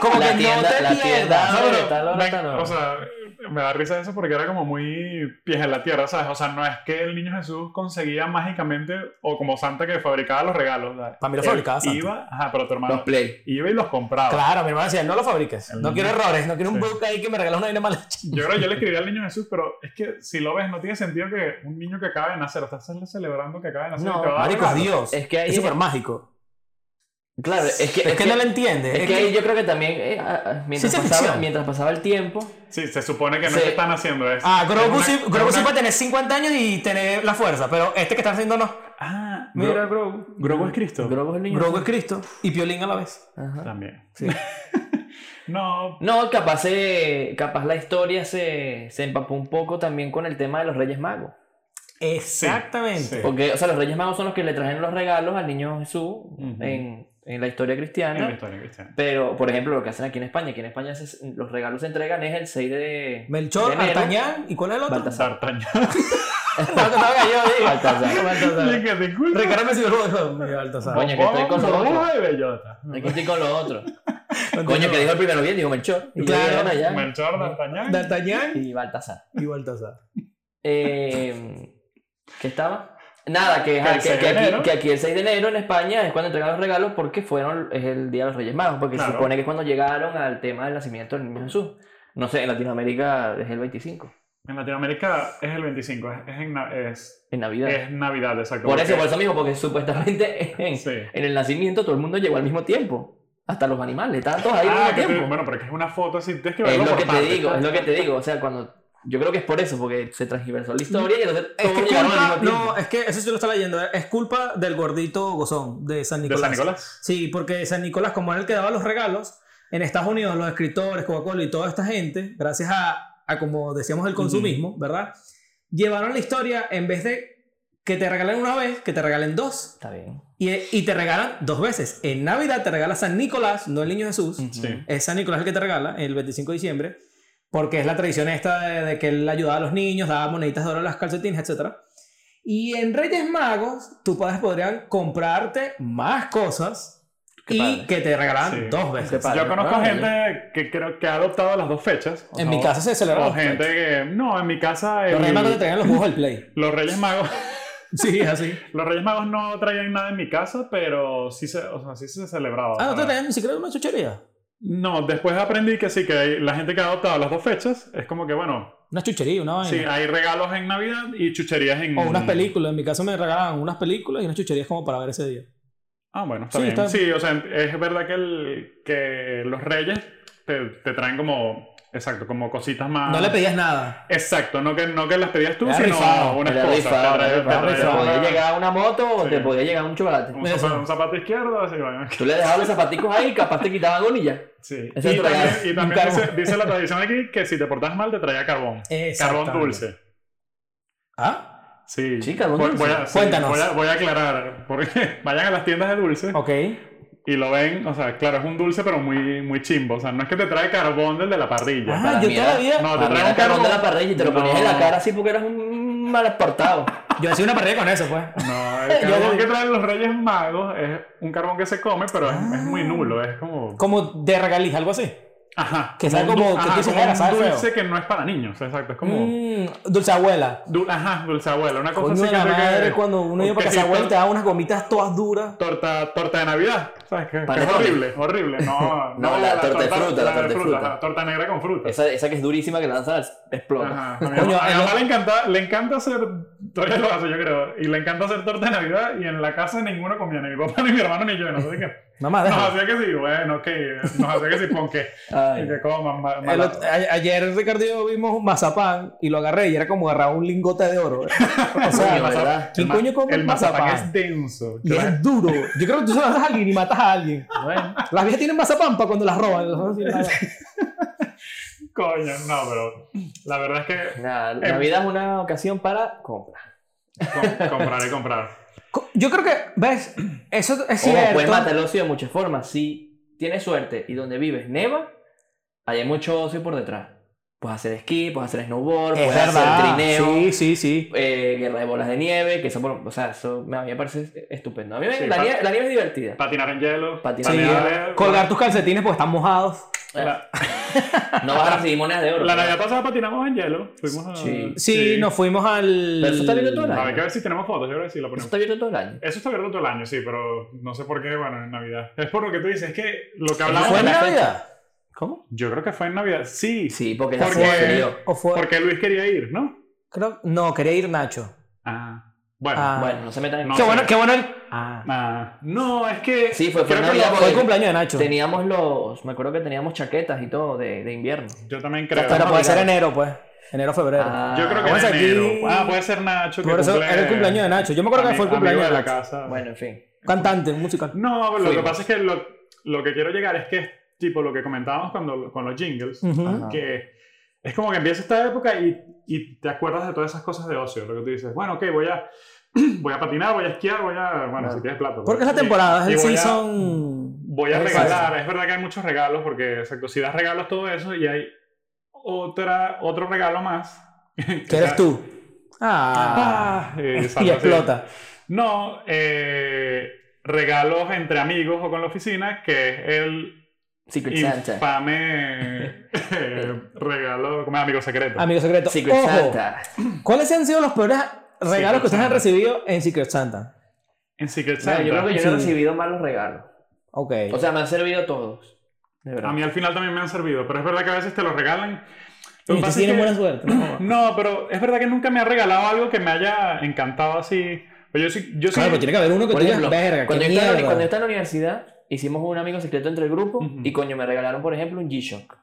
Como
La
que
tienda-
no
la
te
tienda.
pierdas.
No,
Ahora,
pero
tal hora,
me-
tal hora.
O sea, me da risa eso porque era como muy pies en la tierra, ¿sabes? O sea, no es que el niño Jesús conseguía mágicamente, o como Santa que fabricaba los regalos. ¿sabes?
Para mí lo
Él
fabricaba Santa.
Iba, ajá, pero tu hermano
Los play.
iba y los compraba.
Claro, mi hermano decía, no lo fabriques.
El
Mm.
No quiero
niño.
errores, no quiero un
Sí.
book ahí que me regalas una vaina mala.
Yo creo que yo le escribí al niño Jesús, pero es que si lo ves, no tiene sentido que un niño que acaba de nacer, estás celebrando que acaba de nacer
No,
y te va a dar
Marico, es
regalo.
Dios.
Es que ahí
es
es-
súper mágico.
Claro, es que.
Es, que, no lo entiende.
es que ahí yo creo que también, eh, ah, ah, mientras,
Ciencia
pasaba,
ficción.
mientras pasaba el tiempo,
Sí, se supone que no
Sí.
es que están haciendo eso.
Ah, Grogu sí, Grogu sí
una...
puede tener 50 años y tener la fuerza, pero este que está haciendo no.
Ah,
Mira,
mira, Grogu. Grogu es Cristo.
Grogu es el niño.
Grogu es Cristo y Piolín a la vez.
Ajá.
También. no,
No, capaz, se- capaz la historia se, se empapó un poco también con el tema de los Reyes Magos.
Exactamente.
sí.
Porque, o sea, los Reyes Magos son los que le trajeron los regalos al niño Jesús
Ujú.
en, en la historia
en la
cristiana.
historia cristiana.
Pero, por ejemplo, lo que hacen aquí en España, aquí en España se- los regalos se entregan es el 6 de.
Melchor,
de enero.
Artañán y ¿cuál es el otro?
Baltasar.
Sartaña.
No, no, no, yo digo.
Baltasar.
Le
Baltasar.
que te culpa.
Recárame si yo lo dejo. Me dio Baltasar.
Coño, que estoy con los otros.
Burbuja y bellota.
Aquí estoy con los otros.
Continúa.
Coño, que dijo el primero bien, dijo Melchor. Y yo
Claro.
digo, bueno, ya.
Melchor, D'Artagnan.
D'Artagnan
Y Baltasar.
y Baltasar.
Eh, ¿Qué estaba? Nada, que, ajá,
Que el
que-
6
que
de
aquí,
enero.
que aquí el 6 de enero en España es cuando entregan los regalos porque fueron, es el Día de los Reyes Magos, porque se
Claro.
supone que es cuando llegaron al tema del nacimiento del niño Jesús. No sé, en Latinoamérica es el 25,
En Latinoamérica es el 25, es, es, en, na- es,
en Navidad.
es Navidad, exacto.
por eso,
porque-
por eso mismo, porque supuestamente en,
Sí.
en el nacimiento todo el mundo llegó al mismo tiempo. Hasta los animales, estaban todos ahí
Ah,
al
que
mismo
te-
tiempo.
bueno, pero que es una foto así, tienes que
Es
verlo
lo
por
que te
partes.
digo, es lo que te digo. O sea, cuando. Yo creo que es por eso, porque se
Mm,
transversó la historia y entonces
Es
todos
que
llegaron
culpa,
al mismo tiempo.
no, es que eso sí lo está leyendo. ¿eh? Es culpa del gordito gozón de San
De San
Nicolás.
Nicolás.
Sí, porque San Nicolás, como era el que daba los regalos, en Estados Unidos, los escritores, Coca-Cola y toda esta gente, gracias a, a como decíamos, el consumismo, ¿verdad? Llevaron la historia en vez de que te regalen una vez, que te regalen dos.
Está bien.
Y, y te regalan dos veces. En Navidad te regala San Nicolás, no el niño Jesús.
Sí.
Es San Nicolás el que te regala el 25 de diciembre, porque es la tradición esta de, de que él ayudaba a los niños, daba moneditas de oro a las calcetines, etc. Y en Reyes Magos, tus padres podrían comprarte más cosas
Qué
y
padre.
que te regalaran
Sí.
dos
Qué
veces.
padre.
Yo conozco
Ah,
gente que creo que ha adoptado las dos fechas. o
En
no,
mi casa se
O
celebraba.
gente que. No, en mi casa.
Los
el-
Reyes Magos te traían los juegos del Play.
los Reyes Magos.
Sí, así.
Los Reyes Magos no traían nada en mi casa, pero sí se, o sea, sí se celebraba.
Ah, no te
¿sabes?
traían ni siquiera una chuchería.
No, después aprendí que sí, que hay- la gente que ha adoptado las dos fechas es como que, bueno,
Una chuchería, una vaina.
sí, ah, mm. hay regalos en Navidad y chucherías en.
Ah, O unas películas. En mi caso me regalaban unas películas y unas chucherías como para ver ese día.
Ah, bueno, está
Sí,
bien.
está-
Sí, o sea, es verdad que, el, que los reyes te, te traen como. Exacto, como cositas más.
No le pedías nada.
Exacto, no que, no que las pedías tú,
Era
sino
rifado,
unas
Era
cosas.
rifado,
te
era
traía- te
rifado.
traía
Te podía
una-
llegar una moto o
Sí.
te podía llegar un chocolate.
un, zapato, un zapato izquierdo, así, bueno.
Tú le dejabas los zapaticos ahí, capaz te quitaban uno y ya.
Sí. Y
Ese es
también,
otro regalo,
y
un
también dice,
carbón.
dice la tradición aquí que si te portas mal te traía carbón. Carbón
Exactamente.
dulce.
Ah,
Sí.
Sí, carbón
Voy-
dulce.
voy a- sí,
Cuéntanos.
Voy a, voy a aclarar, porque vayan a las tiendas de dulces
ok.
y lo ven, o sea, claro, es un dulce pero muy, muy chimbo. O sea, no es que te trae carbón del de la parrilla.
Ah,
para
yo
mí era-
todavía.
No, te
Para mí
trae
era
un
carbón
carbón.
de la parrilla y te lo ponías en la cara así porque eras un mal exportado.
Yo hacía una parrilla con eso, pues.
No,
Yo
el carbón
soy-
que traen los Reyes Magos es un carbón que se come, pero es, es
Ah.
muy nulo, es como...
Como de regaliz, algo así.
Ajá.
Que sabe
un
como-
du-
que tú
ajá,
dices,
como
"Mira,
un
sabe feo".
dulce que no es para niños, exacto, es como...
Mm, dulce abuela.
du- ajá, dulce abuela, una cosa
Coño
así
de la
que-
madre, cuando uno iba para
que
casa
sí,
abuela,
tor-
te daba unas gomitas todas duras.
torta, torta de Navidad. ¿Sabes qué? Que es
Panetone.
horrible, horrible. No,
No, la torta de fruta, la
de
torta de fruta.
ajá, torta negra con fruta.
Esa, esa que es durísima que lanzas, explota.
Ajá. A mi
Coño,
mamá, a mi
el-
mamá le, encanta, le encanta hacer Torres lo hace, yo creo. Y le encanta hacer torta de Navidad y en la casa ninguno comía, ni mi papá, ni mi hermano, ni yo, no sé de qué.
Mamá,
Nos
déjalo.
hacía que sí, bueno, ok. Nos hacía que sí, pon qué. Y
Ay,
que coman, ma-
El
mala-
otro- a- ayer Ricardo y yo vimos un mazapán y lo agarré y era como agarrar un lingote de oro. O sea,
coño, ¿verdad?
¿quién
ma-
coño come
el mazapán
mazapán?
es denso.
Y es duro. Yo creo que tú se lo das a alguien y matas a alguien.
Bueno,
Las viejas tienen mazapán para cuando las roban.
coño, no, pero la verdad es que
Nada, Navidad es una ocasión para comprar.
com- comprar y comprar.
Co- Yo creo que, ¿ves? Eso es
Ojo, puedes matar
cierto.
el ocio de muchas formas. Si tienes suerte y donde vives neva, ahí hay mucho ocio por detrás. Puedes hacer esquí, puedes hacer snowboard,
Es
puedes hacer
verdad.
trineo.
Sí, sí, sí.
eh, guerra de bolas de nieve, que eso, por- o sea, eso me- a mí me parece estupendo. A mí me-
Sí,
la,
pa-
nieve, la nieve es divertida.
Patinar en hielo.
Patinar
Sí,
en
planear
eh,
el-
colgar tus calcetines porque están mojados.
La,
No vas a recibir monedas de oro.
la
¿no?
Navidad pasada patinamos en hielo. Fuimos a.
Sí.
Sí, nos fuimos al.
Pero eso está abierto todo el
A ver,
año.
que a ver si tenemos fotos. Yo creo que sí la
Eso
ponemos.
está abierto todo el año.
Eso está abierto todo el año, sí, pero no sé por qué, bueno, en Navidad. Es por lo que tú dices, es que lo que hablamos.
¿Fue en Navidad?
¿Cómo?
Yo creo que fue en Navidad. Sí,
Sí, porque
¿Por
ya se
qué?
decidió.
¿O fue?
Porque Luis quería ir, ¿no?
Creo, no, quería ir Nacho.
Ah. Bueno.
Ah.
Bueno, no se metan en
No.
qué
cosas.
bueno, qué bueno el. Ah.
Ah, no, es que.
Sí, fue- fue
creo
en
que
Navidad,
lo-
Fue el cumpleaños de Nacho.
Teníamos los. Me acuerdo que teníamos chaquetas y todo de, de invierno.
Yo también creo.
Pero puede ser
obligados.
enero, pues. Enero, febrero.
Ah,
Yo creo que
vamos
en
aquí.
enero. Ah, puede ser Nacho. que
Por eso
cumple-
era el cumpleaños de Nacho. Yo me acuerdo que
ami-
fue el
amigo
cumpleaños de
de la
Nacho.
casa.
Bueno, en fin.
Cantante, un músico.
No, pero lo que
Fuimos.
pasa es que lo, lo que quiero llegar es que es tipo lo que comentábamos cuando, con los jingles,
Ujú.
Ajá.
que es como que empieza esta época y, y te acuerdas de todas esas cosas de ocio, lo que tú dices, bueno, ok, voy a, voy a patinar, voy a esquiar, voy a, bueno,
Claro.
si tienes plata. pues,
Porque es la
Y-
temporada,
y
es el
voy a- Mm.
season.
Voy a
Exacto.
regalar, es verdad que hay muchos regalos, porque exacto, si das regalos todo eso y hay otra, otro regalo más.
Que eres tú. Ah.
Ah, eh,
y
exacto, sí.
explota.
No, eh, regalos entre amigos o con la oficina, que es el
Secret Santa.
infame eh, regalo como amigo secreto.
Amigo secreto.
Secret
Ojo,
Santa.
¿cuáles han sido los peores regalos
Secret
que ustedes han
Santa.
recibido en Secret Santa?
en Secret
No,
Santa.
yo creo que yo no he
Sí.
recibido malos regalos.
Ok.
O sea, me han servido todos. De verdad.
A mí al final también me han servido, pero es verdad que a veces te lo regalan. Lo que
y ustedes
pasa es
tienen
que-
buena suerte. ¿no?
No, pero es verdad que nunca me ha regalado algo que me haya encantado así. Pero yo sí, yo sí-
Claro, pero tiene que haber uno que
Por
tú digas,
ejemplo,
verga,
Cuando
qué
yo, estaba, en la-
mierda".
cuando yo estaba en la universidad, hicimos un amigo secreto entre el grupo
Ujú.
y coño, me regalaron, por ejemplo, un G-Shock.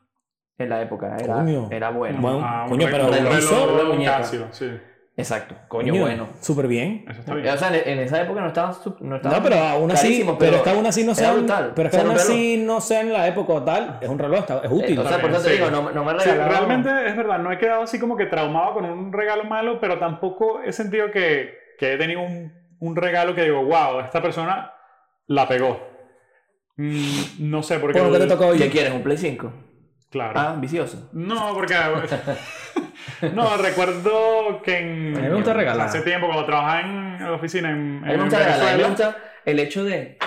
En la época, era,
Coño.
era bueno.
Bueno.
Ah, un
coño,
reloj-
pero
un
reloj,
reloj
reloj muñeca.
Casio, sí.
Exacto, coño,
Coño,
bueno.
Súper bien.
Eso está bien.
O sea, en, en esa época no estaban. sub- No, estaban
No, pero aún así,
carísimos,
pero, es que aún así no
era
sea,
brutal.
pero es que
O sea,
aún
era un
así no sea en la época o tal, es un reloj, está- es útil.
eh, o sea, por eso te
Sí.
digo, no, no me
Sí,
regalaron.
realmente es verdad, no he quedado así como que traumado con un regalo malo, pero tampoco he sentido que, que he tenido un, un regalo que digo, wow, esta persona la pegó. Mm, no sé por qué.
Por lo que te tocó hoy.
¿Qué quieres? ¿Un Play 5?
Claro.
Ah, vicioso.
No, porque. no, recuerdo que en.
A mí me gusta regalar.
Hace tiempo, cuando trabajaba en la oficina en,
A mí
en
me gusta regalar, a mí me
Venezuela,
gusta el hecho de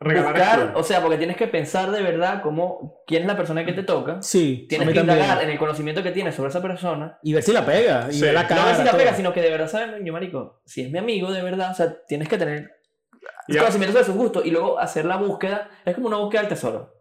regalar es
buscar,
cool.
o sea, porque tienes que pensar de verdad cómo, quién es la persona que te toca.
Sí, a
Tienes
mí
que
también.
indagar en el conocimiento que tienes sobre esa persona
Y ver si la pega, y
Sí.
ver la cara.
no ver si la
todo.
pega, sino que de verdad saben, yo marico, si es mi amigo de verdad, o sea, tienes que tener
Y a-
conocimiento de sus gustos y luego hacer la búsqueda, es como una búsqueda del tesoro.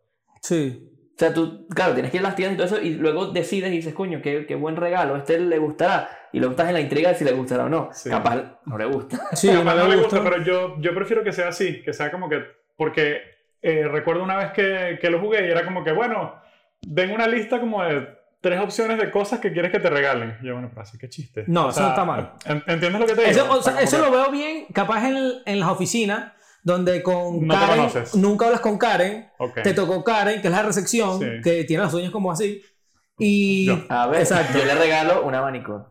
Sí.
O sea, tú, claro, tienes que ir a las tiendas y todo eso y luego decides y dices, coño, qué, qué buen regalo, este le gustará. Y luego estás en la intriga de si le gustará o no.
Sí.
Capaz no le gusta.
Sí,
Capaz no
me
le
gustó.
gusta, pero yo, yo prefiero que sea así, que sea como que. Porque eh, recuerdo una vez que, que lo jugué y era como que, bueno, den una lista como de tres opciones de cosas que quieres que te regalen. Y yo, bueno, pero así que chiste.
No, eso está mal.
en- ¿Entiendes lo que te digo?
Eso, o sea,
Como
eso
que-
lo veo bien, capaz en, en las oficinas, donde con
No te
Karen,
conoces.
nunca hablas con Karen,
Ok.
te tocó Karen, que es la recepción,
Sí.
que tiene los sueños como así, y
Yo.
A ver,
Exacto.
yo le regalo un abanico.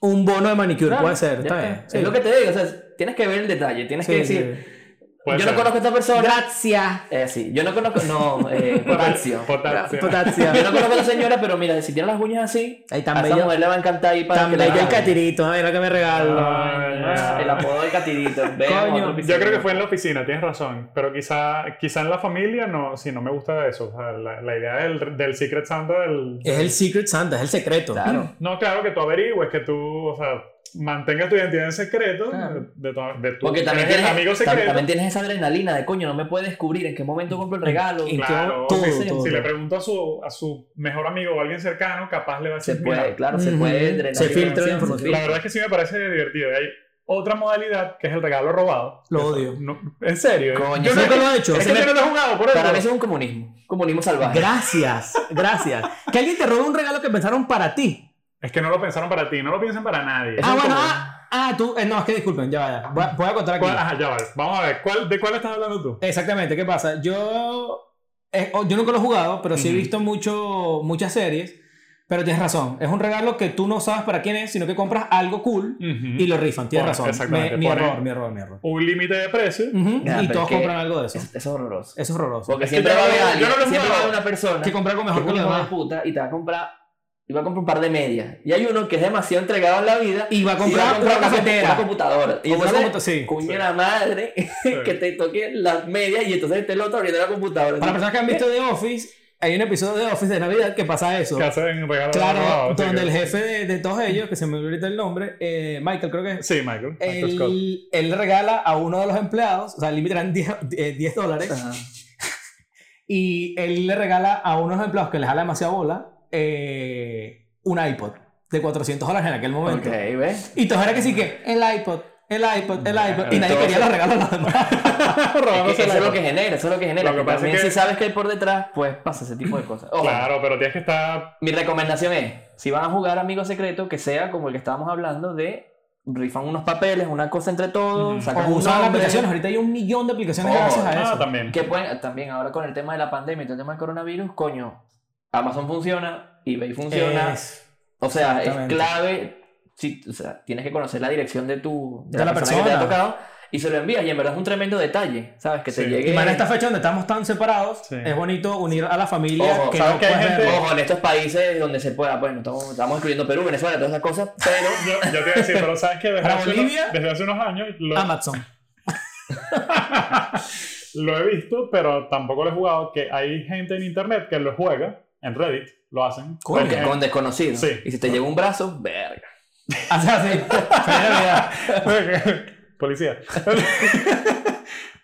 un bono de manicure,
Claro,
puede ser,
ya
está
está.
bien.
Es lo que te digo, o sea, tienes que ver el detalle, tienes que decir,
Puede
yo
ser.
no conozco a esta persona.
Gracias.
Eh, sí, yo no conozco, no, eh, Horacio.
Potasio.
Potasia.
Yo no conozco a la señora, pero mira, si tiene las uñas así,
Ahí
a
tan
esa
bello,
mujer le va a encantar ahí para
tan
que la
bello el
hagan.
catirito, a ver lo que me regaló.
Ay,
Ah,
ya.
El apodo del catirito. Vean
Coño,
otro
Yo
episodio.
creo que fue en la oficina, tienes razón. Pero quizá, quizá en la familia no, si no me gusta eso. O sea, la, la idea del, del Secret Santa del.
Es el Secret Santa, es el secreto.
Claro.
No, claro, que tú averigües, que tú, o sea, mantengas tu identidad en secreto
Claro.
de, de tu, de tu-
Porque también
de tu
tienes,
amigo
tam-
secreto.
también tienes esa adrenalina de coño, no me puede descubrir en qué momento compro el regalo.
Y-
Claro,
todo,
si,
todo.
si le pregunto a su, a su mejor amigo o alguien cercano, capaz le va a
Se
decir,
puede, claro, se
Ujú.
puede drenar
Se filtra la
información, se
información.
filtra.
La verdad es que sí me parece divertido. Y Hay otra modalidad que es el regalo robado.
Lo odio.
No, en serio.
Coño,
yo no,
nunca lo he hecho.
Es
Se
que
me-
yo no lo he jugado por
Para mí
eso.
eso es un comunismo, comunismo salvaje.
Gracias, gracias. Que alguien te robe un regalo que pensaron para ti.
Es que no lo pensaron para ti, no lo piensan para nadie.
Es
Ah,
un
bueno,
común.
ah, ah, tú. eh, no, es que disculpen, ya vaya. Voy a, voy a contar aquí.
¿Cuál- ajá, ya vale. Vamos a ver, ¿cuál, ¿de cuál estás hablando tú?
Exactamente, ¿qué pasa? Yo, eh, oh, yo nunca lo he jugado, pero sí he
Ujú.
visto mucho, muchas series. Pero tienes razón, es un regalo que tú no sabes para quién es, sino que compras algo cool y lo rifan. Tienes
Pone-
razón.
exactamente,
Me- mi
pone-
error, mi error, mi error.
Un límite de precio.
Ujú,
Ya,
y
pero
todos
es que-
compran algo de eso.
Eso
Eso
es horroroso.
es horroroso.
Porque
Es que
siempre
yo
va a
no lo-
haber
yo
alguien,
no lo he
siempre va a
jugado.
haber una persona
Que comprar algo
que es
mejor que
un
los
hijo de
demás.
puta y te va a comprar y va a comprar un par de medias. Y hay uno que es demasiado entregado en la vida
Y va a
y va
comprar una
compu- una
cafetera.
computadora. Y
Como esa
entonces,
comput- sí,
coño
sí.
la madre que
Sí.
te toque las medias y entonces te lo otro abriendo la computadora.
Para personas que han visto The Office, hay un episodio de Office de Navidad que pasa eso.
Que hacen regalo
Claro,
robado, sí,
donde
que-
el jefe de, de todos ellos, que se me olvidó ahorita el nombre, eh, Michael creo que es,
Sí, Michael. Michael Scott.
él, él regala a uno de los empleados, o sea, el límite eran 10, eh, 10 dólares,
Ajá.
y él le regala a uno de los empleados que le jala demasiada bola eh, un iPod de 400 dólares en aquel momento.
Ok, ¿ves?
Y todos era que sí que el iPod, el iPod, el iPod, y nadie
Entonces-
quería los regalos a los demás.
Es que
Robándose
eso es
la
lo
época.
que genera, eso es lo que genera.
Lo que
que
pasa
también
es que-
si sabes que hay por detrás, pues pasa ese tipo de cosas.
Oh.
Ojo,
Claro, pero tienes que estar.
Mi recomendación es, si van a jugar Amigo Secreto, que sea como el que estábamos hablando de rifan unos papeles, una cosa entre todos,
Ujú.
sacan
O
un
usaban
nombre.
aplicaciones, ahorita hay un millón de aplicaciones
Ojo,
gracias a
Ah,
eso.
también.
Que pueden, también ahora con el tema de la pandemia y todo el tema del coronavirus, coño, Amazon funciona, eBay funciona.
Es-
o sea, es
exactamente.
clave. Si, o sea, tienes que conocer la dirección de tu de
De
la,
la
persona, que te ha
persona.
tocado y se lo envías. Y en verdad es un tremendo detalle, ¿sabes? Que te
Sí.
llegue.
Y más en esta fecha donde estamos tan separados,
Eh, Sí.
es bonito unir a la familia
Ojo,
que
¿sabes
no
que hay
puedes
gente-
verlo.
Ojo, en estos países donde se pueda, bueno, estamos, estamos incluyendo Perú, Venezuela, todas esas cosas, pero
Yo, yo te iba a decir, pero sabes que desde,
Para
hace, unos-
Bolivia- Ah,
desde hace unos años lo,
Amazon.
lo he visto, pero tampoco lo he jugado. Que hay gente en internet que lo juega, en Reddit, lo hacen.
Coño,
Pues,
Con,
eh,
con desconocido.
Sí.
Y si te llega un brazo, verga.
O sea, sí. Feliz Navidad.
Policía.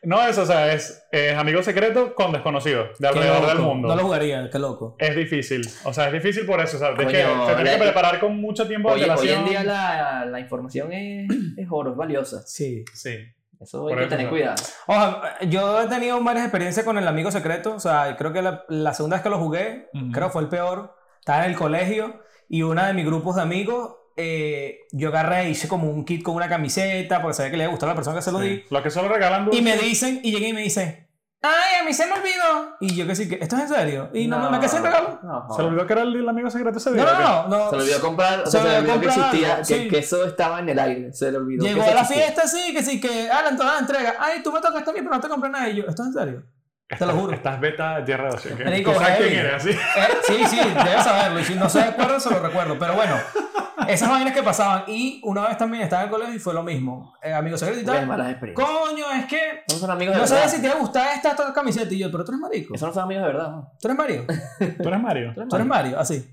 no, eso, o sea, es, es amigo secreto con desconocidos de
Qué
alrededor
loco.
del mundo.
No lo jugaría, qué loco.
Es difícil, o sea, es difícil por eso, o sea, tienes
Coño,
que, te tienes que
la-
preparar con mucho tiempo de
Hoy, hoy en
antelación.
día la, la información es, es oro, es valiosa.
Sí.
Sí.
Eso
Por
hay que
eso,
tener
¿no?
cuidado.
Ojo, yo he tenido varias experiencias con el amigo secreto. O sea, creo que la, la segunda vez que lo jugué,
Ujú.
creo fue el peor. Estaba en el colegio y una de mis grupos de amigos, eh, yo agarré e hice como un kit con una camiseta porque sabía que le había gustado a la persona que se lo di.
Los que solo regalan
Y
dulces.
me dicen, y llegué y me dicen, ay, a mí se me olvidó. Y yo que sí, que esto es en serio. Y no, me me casé el regalo.
No,
¿Se le olvidó que era el amigo secreto ese
No,
día? o qué?
no, no.
Se
no.
le olvidó comprar, o
Se
sea, se le
olvidó
olvidó que
comprar
existía,
algo,
que,
sí.
que eso estaba en el aire. Se le olvidó.
Llegó
que
a
eso
la
existía.
fiesta, sí, que sí, que Alan, toda la entrega. Ay, tú me tocaste a mí, pero no te compré nada. Y yo, ¿esto es en serio? Te lo juro.
Estás beta de r 12. ¿qué?
Marico,
Tú sabes
heavy.
quién eres, así.
Eh, sí, sí, debes saberlo. Y si no se acuerdan, se lo recuerdo. Pero bueno, esas vainas que pasaban. Y una vez también estaba en el colegio y fue lo mismo. Eh, amigos secretos y
Pues,
tal.
malas experiencias.
Coño, es que
No son amigos de
no
verdad.
sabes si te gusta esta, esta camiseta. Y yo, pero tú eres marico.
Eso no son amigos de verdad. ¿no?
Tú eres Mario.
Tú eres Mario.
Tú eres
Tú eres
malo.
Mario, así.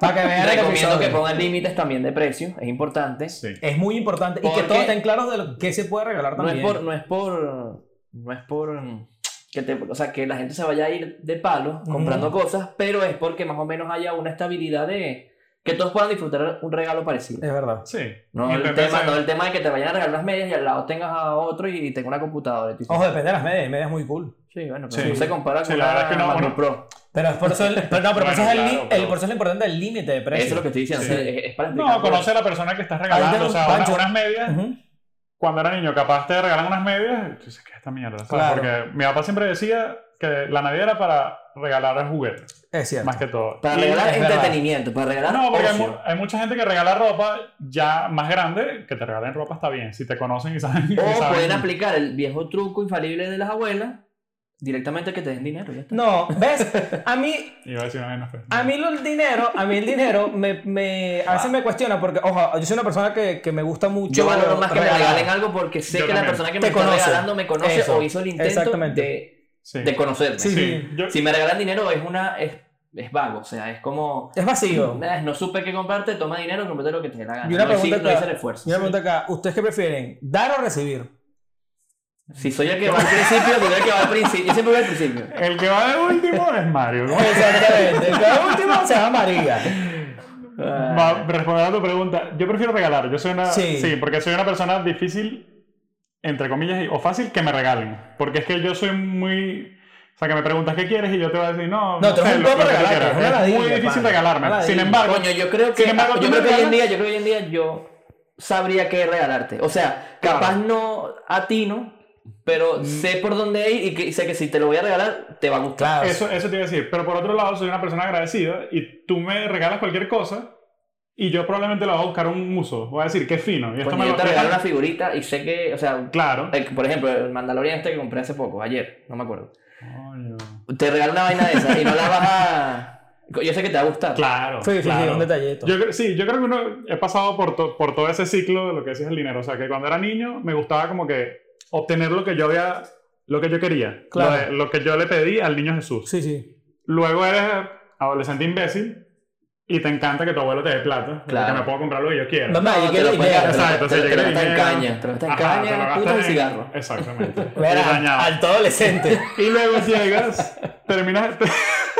Para que vean el
Recomiendo que
episodio.
pongan límites también de precio. Es importante.
Sí.
Es muy importante. Y que
Porque-
todos estén claros de lo que se puede regalar
No es
también.
por, no es por, no es por mm, que te, o sea, que la gente se vaya a ir de palo comprando cosas, pero es porque más o menos haya una estabilidad de que todos puedan disfrutar un regalo parecido.
Es verdad.
Sí.
No el,
Intenté
tema,
hacer-
no el tema de que te vayan a regalar unas medias y al lado tengas a otro y tenga una computadora. y tú dices,
Ojo, depende de las medias. Hay medias muy cool.
sí, bueno, pero
Sí.
no se compara
Sí,
con
la
la
verdad es que no, no.
Pro.
Pero es por eso, el- pero no, pero por
Bueno,
eso es el, li-
claro,
el-
pero-
por eso es lo importante el límite de
Eso
precio.
es lo que estoy diciendo.
Sí.
o sea, es, es para explicar.
No, conoce a la persona que estás
Ahí te
regalando.
lo-
O sea, una-
Pancho.
unas medias.
Ujú.
Cuando era niño, capaz te regalan unas medias. Tú dices, ¿qué es esta mierda? ¿sabes?
Claro.
Porque mi papá siempre decía que la Navidad era para regalar juguetes,
Es cierto.
más que todo.
Para
Y-
regalar
es verdad.
entretenimiento, para
Ah,
regalar
No, porque hay,
ocio.
mu- hay mucha gente que regala ropa ya más grande. Que te regalen ropa está bien. Si te conocen y saben.
Oh,
y
O
saben-
pueden aplicar el viejo truco infalible de las abuelas directamente que te den dinero. ya está.
No, ¿ves? A mí,
Iba a decir una vaina fea.
a mí lo- el dinero, a mí el dinero me, me, a veces me cuestiona porque, ojo, yo soy una persona que, que me gusta mucho.
Yo valoro más que me
regalar.
regalen algo porque sé
Yo
que la
también.
persona que
Te
me está
conoce.
regalando me conoce
Eso.
o hizo el intento
Exactamente.
de,
Sí.
de conocerme.
Sí.
Sí. Yo-
Si me regalan dinero es una es es vago, o sea, es como...
Es vacío.
"Ah, No supe qué comprarte, toma dinero, comprate lo que te dé la gana.
Y una
no, hice-
pregunta
no hice
acá.
el esfuerzo.
Yo me pregunto acá, ¿ustedes qué prefieren? ¿Dar o recibir?
Si soy el que va al principio, tendría que va al principio. Yo siempre voy al principio.
El que va de último es Mario. ¿no?
Exactamente. Cada último se va María.
Va, respondiendo a tu pregunta, yo prefiero regalar. Yo soy una.
Sí.
Sí. porque soy una persona difícil, entre comillas, y- o fácil que me regalen. Porque es que yo soy muy. O sea, que me preguntas qué quieres y yo te voy a decir, no,
No,
no,
tú eres
sé,
un
lo,
poco
lo que tú
regalante,
quieras.
eres una
Es muy
ladilla,
difícil
pana,
regalarme.
una
Sin
ladilla.
embargo,
Coño, yo creo que, ah,
Sin embargo,
yo
¿tú
creo
me
que hoy en día,
regalas?
yo creo que hoy en día yo sabría qué regalarte. O sea,
Claro. Mm.
capaz no a ti, ¿no? Pero sé por dónde ir y que, sé que si te lo voy a regalar, te va a gustar.
Claro.
eso, eso te iba a decir. Pero por otro lado, soy una persona agradecida y tú me regalas cualquier cosa y yo probablemente la voy a buscar un uso. Voy a decir, qué fino. Y esto
Coño,
me
yo
lo
te regalo una figurita y sé que, o sea,
Claro.
el- por ejemplo, el Mandalorian este que compré hace poco, ayer, no me acuerdo.
Coño.
Te regalo una vaina de esa y no la vas a... Yo sé que te va a gustar.
Claro.
Sí, sí, sí,
claro.
un detallito.
Yo, creo- sí, yo creo que uno he pasado por, to- por todo ese ciclo de lo que decías el dinero. O sea, que cuando era niño me gustaba como que obtener lo que yo había, lo que yo quería.
Claro.
Lo, de- lo que yo le pedí al niño Jesús.
Sí, sí.
Luego eres adolescente imbécil y te encanta que tu abuelo te dé plata.
Claro.
Que me puedo comprar lo que yo quiero.
No,
No,
yo
te
quiero
lo puedes
dinero.
gastar,
Exacto,
te,
sí,
lo-
yo
te lo
quiero
gastas en
dinero.
caña, te lo gastas en
Ajá, te lo
caña,
gastas
putas y
en-
cigarro.
Exactamente. Y
Verá,
dañado.
alto adolescente.
Y luego llegas, terminas. este-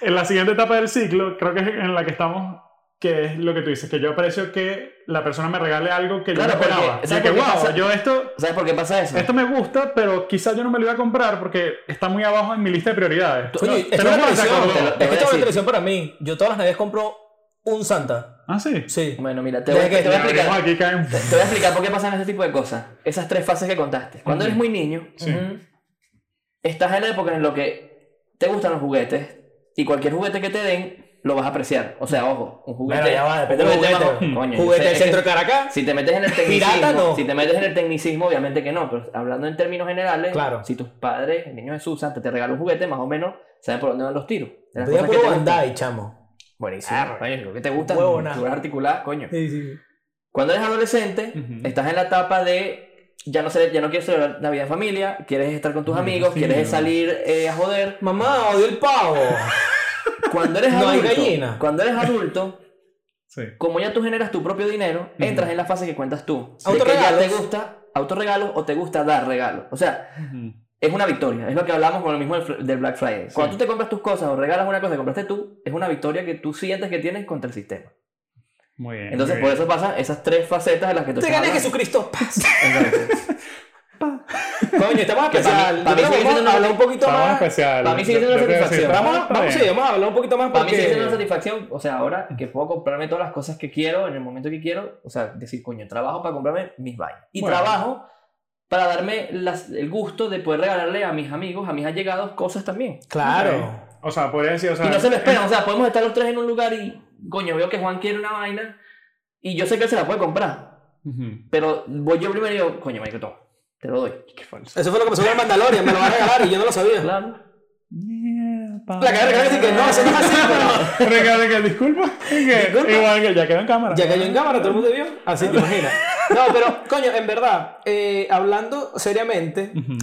en la siguiente etapa del ciclo, creo que es en la que estamos, que es lo que tú dices, que yo aprecio que la persona me regale algo que
Claro,
yo no esperaba.
porque-
O sea,
¿sabes
que,
por qué
"Guau,
pasa?
yo esto,
¿Sabes por qué pasa eso?
esto me gusta, pero quizás yo no me lo iba a comprar porque está muy abajo en mi lista de prioridades.
Coño, esto es
Pero
una
bueno, se
tradición.
acordó.
Te
Es
voy a
que esto es una
decir.
tradición para mí. Yo todas las navidades compro un santa.
Ah, sí.
Sí.
Bueno, mira, te voy, a-
Desde que
te voy a
Ya veremos
explicar.
aquí caen.
Te voy a explicar por qué pasan ese tipo de cosas. Esas tres fases que contaste. Cuando eres muy niño,
Sí.
Ujú.
estás en la época en la que te gustan los juguetes y cualquier juguete que te den lo vas a apreciar. O sea, ojo, un juguete.
Bueno, ya va, depende
un
del
juguete
juguete.
bajo- coño, yo
Juguete
sé,
del
es que
centro de Caracas.
Si te metes en el tecnicismo,
Pirata, no.
si te metes en el tecnicismo, obviamente que no, pero hablando en términos generales,
Claro.
si tus padres, el niño Jesús, antes te regaló un juguete, más o menos saben por dónde van los tiros. De las
Voy a
cosas que
por
te gustan.
Bandai, chamo.
Buenísimo.
Arre.
coño, lo que te gusta,
Huevona.
figuras articuladas, coño.
Sí, sí.
Cuando eres adolescente,
Ujú.
estás en la etapa de ya no, cele- ya no quieres celebrar Navidad en familia, quieres estar con tus
Ujú,
amigos,
sí,
quieres
¿no?
salir eh, a joder.
Mamá, odio el pavo.
Cuando eres
No hay
adulto,
gallina.
cuando eres adulto,
Sí.
como ya tú generas tu propio dinero, entras en la fase que cuentas tú. De que ya
Autorregalos.
te gusta autorregalos o te gusta dar regalos. O sea,
Ujú.
es una victoria. Es lo que hablamos con lo mismo del, fr- del Black Friday. Cuando tú te compras tus cosas o regalas una cosa que compraste tú, es una victoria que tú sientes que tienes contra el sistema.
Muy bien.
Entonces,
muy
por
bien.
eso pasan esas tres facetas de las que tú
Te
estás
gané
hablando.
Jesucristo. Paz.
Exacto.
Coño, estamos
Que pa' mí-
especial.
pa' mí
Ah, pues Yo creo que
sigue
Vamos
siendo
a hablar
una-
un poquito
Estamos
más.
especial.
para mí sigue
Yo-
siendo
yo te voy a
satisfacción.
decir,
Vamos,
está
vamos,
bien.
sí, vamos a hablar un poquito más
Para pues. mí sigue siendo una
porque...
satisfacción, o sea, ahora que puedo comprarme todas las cosas que quiero en el momento que quiero, o sea, decir, coño, trabajo para comprarme mis vainas. Y
Bueno.
trabajo para darme las- el gusto de poder regalarle a mis amigos, a mis allegados, cosas también.
Claro.
Ok. O sea, podría decir, o sea.
Y no se lo esperan, o sea, podemos estar los tres en un lugar y, coño, veo que Juan quiere una vaina y yo sé que él se la puede comprar,
Ujú.
pero voy yo primero y digo, coño, marico, toma, te lo doy. Qué falso.
Eso fue lo que pasó con el Mandalorian, me lo van a regalar y yo no lo sabía. La
Claro.
cagada de decir que no, eso no es así, pero...
Regale que disculpa. que
Disculpa.
Igual que ya quedó en cámara.
Ya cayó en cámara, todo el mundo vio. Así te imaginas. No, pero, coño, en verdad, eh, hablando seriamente,
Ujú.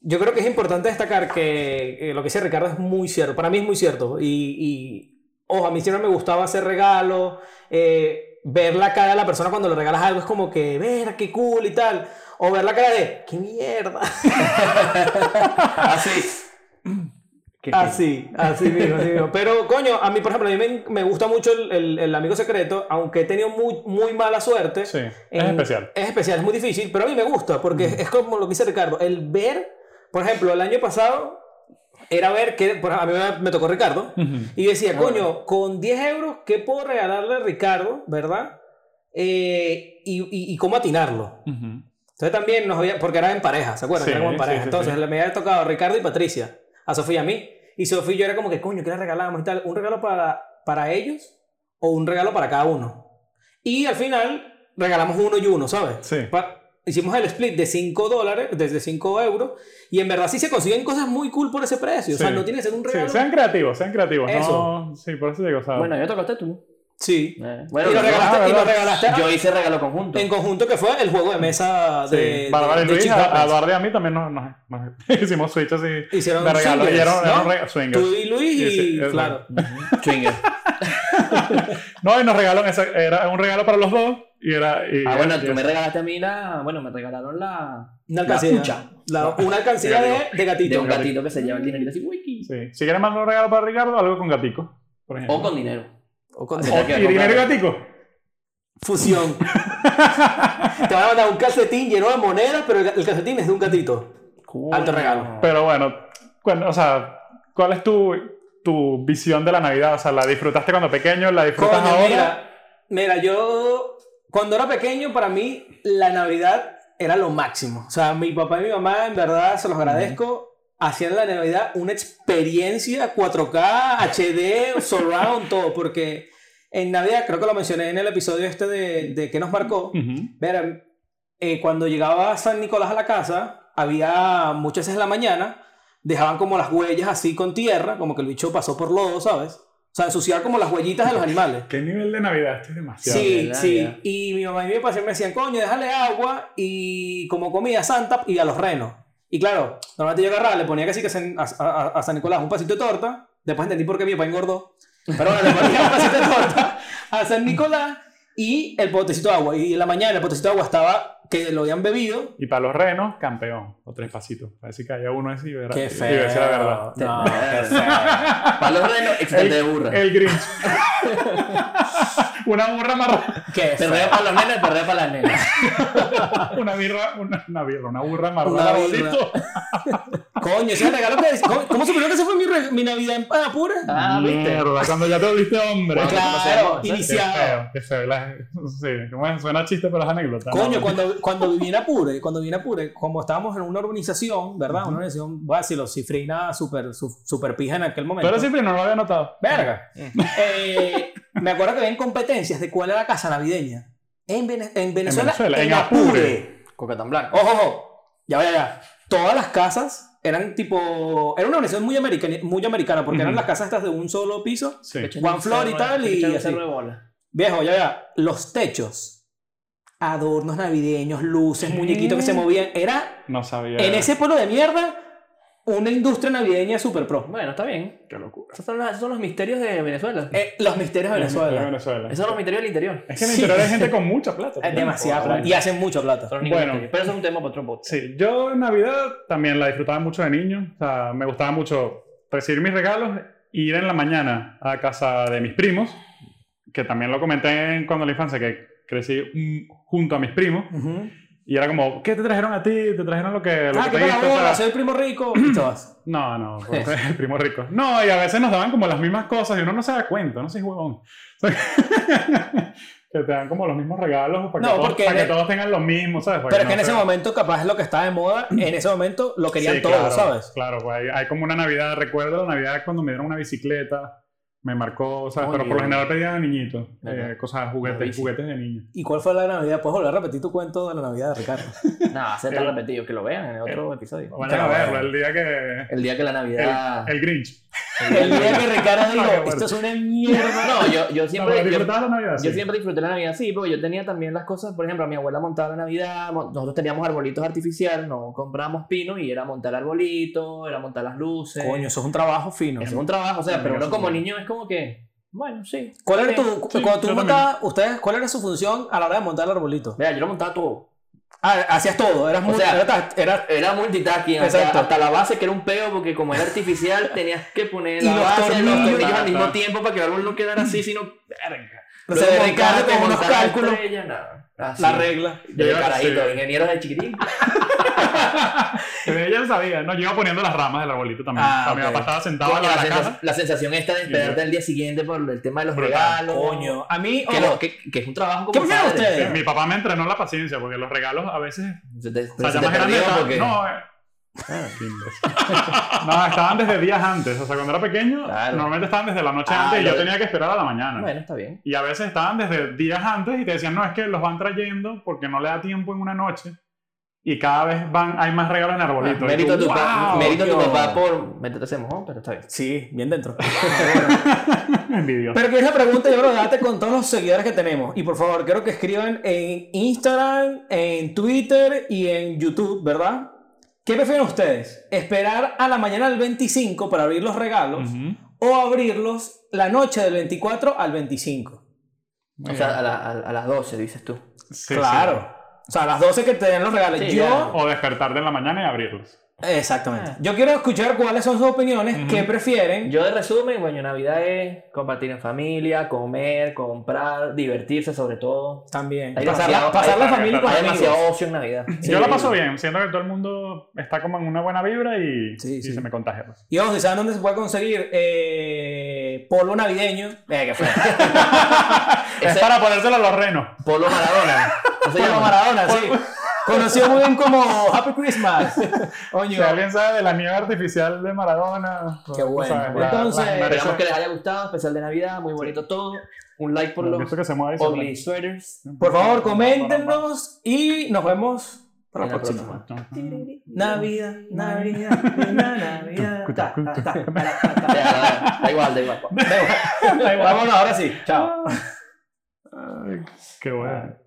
yo creo que es importante destacar que eh, lo que dice Ricardo es muy cierto. Para mí es muy cierto. Y, y ojo, a mí siempre me gustaba hacer regalos, eh, ver la cara de la persona cuando le regalas algo es como que, ver, qué cool y tal. O ver la cara de, qué mierda. Ah,
Así. Qué
Así, así mismo, así mismo. Pero, coño, a mí, por ejemplo, a mí me, me gusta mucho el, el- el amigo secreto, aunque he tenido muy, muy mala suerte.
Sí, es
en-
especial.
Es especial, es muy difícil, pero a mí me gusta, porque es como lo que dice Ricardo, el ver, por ejemplo, el año pasado era ver que, por ejemplo, a mí me, me tocó Ricardo, y decía, coño, con 10 euros, ¿qué puedo regalarle a Ricardo, verdad? Eh, y, y- y cómo atinarlo.
Ujú.
Entonces también nos había, porque eran en pareja, ¿se acuerdan?
Sí,
Éramos en
sí,
pareja.
sí,
Entonces
sí.
le me había tocado a Ricardo y Patricia, a Sofía y a mí. Y Sofía y yo era como que, coño, ¿qué le regalamos y tal? ¿Un regalo para, para ellos o un regalo para cada uno? Y al final regalamos uno y uno, ¿sabes?
Sí.
Pa- hicimos el split de 5 dólares, desde 5 euros. Y en verdad sí se consiguen cosas muy cool por ese precio. O sea,
Sí.
no tiene que ser un
Sí,
regalo.
sean creativos, sean creativos.
Eso.
No, sí, por eso digo, o sea,
Bueno, yo te acosté tú.
Sí.
Eh, Bueno,
y lo
yo-
regalaste, y lo regalaste
yo hice regalo conjunto.
en conjunto que fue el juego de mesa
Sí,
de,
Bárbara y
de- de
Luis,
Chick
a, a
Darkness.
Eduardo y a mí también nos, nos- nos hicimos switch así de
Hicieron
regalo.
swingers,
y eran, eran
¿no?
rega- swingers.
Tú y Luis y,
Sí, sí, es
claro.
Swinger.
No, y nos regalaron, esa, era un regalo para los dos. Y era, y-
Ah, bueno,
y-
tú me regalaste a mí la. Bueno, me regalaron la.
Una
La
alcancía.
pucha.
La- una alcancía de, de
De
gatito.
un gatito que se lleva el dinerito así, wiki.
Sí. Si quieres mandar un regalo para Ricardo, algo con gatico. Por ejemplo.
O con dinero.
O con-
O-
¿Y dinero y gatico?
Fusión. Te van a mandar un calcetín lleno de monedas, pero el el calcetín es de un gatito. Alto regalo.
Pero bueno, cuando- o sea, ¿cuál es tu, tu visión de la Navidad? O sea, ¿la disfrutaste cuando pequeño? ¿La disfrutas
Coño,
ahora?
mira, mira, yo cuando era pequeño, para mí la Navidad era lo máximo. O sea, mi papá y mi mamá, en verdad, se los agradezco. Hacían la Navidad una experiencia 4K, HD, surround, todo. Porque en Navidad, creo que lo mencioné en el episodio este de, de que nos marcó.
Ujú.
Verán, eh, cuando llegaba San Nicolás a la casa, había muchas veces en la mañana, dejaban como las huellas así con tierra, como que el bicho pasó por lodo, ¿sabes? O sea, ensuciar como las huellitas de los animales.
¿Qué nivel de Navidad? Esto es demasiado.
Sí,
¿verdad?
sí.
Ya.
Y mi mamá y mi papá siempre me decían, coño, déjale agua y como comida santa y a los renos. Y claro, normalmente yo agarraba, le ponía que sí que San- a, a- a San Nicolás un pasito de torta. Después entendí por qué mi papá engordó. Pero bueno, le ponía un pasito de torta a San Nicolás y el potecito de agua. Y en la mañana el potecito de agua estaba que lo habían bebido.
Y para los renos, campeón. O tres pasitos. Parece que haya uno así y verá.
Qué
Y
feo.
verá si la verdad.
No, qué feo.
Para los renos, excelente de burra.
El Grinch. una burra marrana.
Qué feo.
Perreo para los nenas, perreo para las nenas.
Una birra, una, una birra, una burra
Una
marrana.
birra.
bolito.
Coño, ese regalo que... ¿Cómo, cómo supieron que esa fue mi, re- mi Navidad en pana pura?
Ah,
Mm.
viste.
Mierda, cuando ya te volviste hombre.
Bueno,
claro,
¿cómo se llama?
Qué
iniciado.
feo, qué feo. la- sí, como es, suena chiste, pero es anécdota.
Coño,
No,
cuando, cuando viví en Apure, cuando viví en Apure, como estábamos en una urbanización, ¿verdad? Una urbanización, voy a decirlo, cifrina, super, su- super pija en aquel momento.
Pero siempre no lo había notado.
pues, Verga. Eh, me acuerdo que habían competencias de cuál era la casa navideña. En, Vene- en Venezuela,
Venezuela, en Apure.
Coquetón blanco.
Ojo, ojo. Ya va, ya, ya. Todas las casas eran tipo... Era una urbanización muy americana, muy americana porque eran
Ujú.
las casas estas de un solo piso.
Sí.
Juan Flor y tal, y así. Viejo, ya, ya. Los techos. Adornos navideños, luces,
¿Qué?
muñequitos que se movían. Era
No sabía.
En ese pueblo de mierda, una industria navideña super pro.
Bueno, está bien.
Qué locura.
Esos son, los- esos son los misterios de Venezuela.
Eh, los misterios de
De
Venezuela.
Venezuela.
Esos son los misterios del interior.
Es que en el
Sí.
interior hay gente con mucha plata.
Es demasiado
Joder.
plata. Y hacen mucha plata.
Son los
Bueno.
misterios. Pero eso es un tema para otro podcast.
Sí, yo en Navidad también la disfrutaba mucho de niño. O sea, me gustaba mucho recibir mis regalos e ir en la mañana a casa de mis primos, que también lo comenté en- cuando en la infancia, que crecí mm, junto a mis primos.
Ujú.
Y era como, ¿qué te trajeron a ti? ¿Te trajeron lo que, lo
Ah,
que
qué para
pediste? O sea,
bola, soy el primo rico. Y todas.
No, no, porque soy el primo rico. No, y a veces nos daban como las mismas cosas y uno no se da cuenta, no sé, huevón. O sea, que te dan como los mismos regalos para,
No,
que, todos,
porque
para
en
que
el-
todos tengan los mismos, ¿sabes? Para
Pero es que en
no
ese
se-
momento, capaz es lo que estaba de moda. En ese momento lo querían
Sí,
todos,
claro,
¿sabes?
Claro, pues, hay, hay como una Navidad, recuerdo la Navidad cuando me dieron una bicicleta, me marcó, ¿sabes?
Muy
Pero por lo
bien.
general pedía de niñito,
Ajá.
eh, cosas,
Una
juguetes,
bici.
juguetes de niño.
¿Y cuál fue la Navidad? Puedes volver a repetir tu cuento de la Navidad de Ricardo.
No, se está repetido. Que lo vean en el otro episodio.
Vayan a
bueno. Ah.
verlo, el día que...
El día que la Navidad.
El Grinch.
El día que Ricardo
Ah, qué
dijo,
bueno.
esto es una mierda.
No, yo, yo
No, pero
siempre. yo-
disfrutaba la Navidad,
Yo
sí.
siempre disfruté la Navidad, sí, porque yo tenía también las cosas, por ejemplo, mi abuela montaba la Navidad, mo- nosotros teníamos arbolitos artificiales, no comprábamos pino y era montar arbolitos, era montar las luces.
Coño, eso es un trabajo fino.
Eso es un trabajo, o sea,
Amiga,
pero uno
sí.
como niño es como que, bueno, sí.
¿Cuál era
está
tu,
Sí,
cuando tú
yo también.
montabas, ustedes, cuál era su función a la hora de montar el arbolito?
bien. Mira, yo lo montaba todo.
Ah, hacías todo, eras muy,
sea,
eras- eras
Era multitasking, o sea,
Exacto.
hasta la base que era un peo, porque como era artificial tenías que poner
Y
la
los
base,
tornillos,
los tornillos al
ta, ta.
mismo tiempo para que el árbol no quedara así, sino... Verga.
O sea,
Luego
de Ricardo
montarte,
con unos
montar la
cálculos.
estrella, nada. Así.
La regla.
Yo
Yo-
carajito,
sí.
ingeniero de chiquitín.
Ella lo sabía, no, yo iba poniendo las ramas del arbolito también.
Ah,
o sea, mi
ok.
papá estaba sentado
Coño,
en la,
la,
la
sensación,
casa.
la sensación esta de
Y
esperarte
yo-
al día siguiente por el tema de los
Brutal.
regalos.
Coño. A mí,
Que,
ojo,
lo- que- que es un trabajo como
¿Qué prefieren
padre.
ustedes?
Mi papá me entrenó la paciencia porque los regalos a veces
Se te,
O sea,
se
ya
te
más grande
perdió
estaba-
porque...
No, eh. no, estaban desde días antes. O sea, cuando era pequeño,
Claro.
normalmente estaban desde la noche
Ah,
antes y
lo
yo
de-
tenía que esperar a la mañana.
Bueno, está bien.
Y a veces estaban desde días antes y te decían, no, es que los van trayendo porque no le da tiempo en una noche. y cada vez van, hay más regalos en
Ah,
arbolitos.
mérito a tu, pa-
¡Wow,
mérito a tu
tío!
papá por meterte ese mojón, pero está bien.
Sí, bien dentro.
Envidioso.
Pero que es la pregunta, yo creo, date con todos los seguidores que tenemos. Y por favor, quiero que escriban en Instagram, en Twitter y en YouTube, ¿verdad? ¿Qué prefieren ustedes? ¿Esperar a la mañana del 25 para abrir los regalos
Ujú.
o abrirlos la noche del 24 al 25?
o sea, a, la- a- a las 12, dices tú.
Sí, sí.
claro. O sea, a las 12 que te den los regalos.
Sí,
yo,
ya. Ah.
O despertarte en la mañana y abrirlos.
exactamente. Yo quiero escuchar cuáles son sus opiniones, qué prefieren.
Yo de resumen, bueno, Navidad es compartir en familia, comer, comprar, divertirse sobre todo.
también.
Hay
Pasar la,
demasiado-
pasar la
hay-
familia con
Hay
amigos.
demasiado ocio en Navidad.
Yo la paso bien, siento que todo el mundo está como en una buena vibra y,
Sí,
y
sí.
se me contagia. pues.
Y vamos, ¿y saben dónde se puede conseguir eh, polo navideño? Eh, qué feo.
Es
Ese-
para ponérselo a los renos.
Polo Maradona. ¿no se
polo
llama? Eh,
Maradona, sí. Conocido muy bien como Happy Christmas.
Si
Oño.
alguien sabe de la nieve artificial de Maradona.
Qué bueno.
sabes, la-
Entonces,
las inversiones-
Esperamos que les haya gustado, especial de Navidad, muy bonito todo. Un like por los
Esto que se mueve y se
ugly sweaters.
prende.
Por favor, coméntenos y nos vemos para la
En la
próxima.
próxima.
Navidad, Navidad, Navidad. ta, ta, ta, ta, ta, ta.
Ya, ya, Da igual, da igual.
Da igual. Vámonos ahora sí. Chao.
Qué bueno.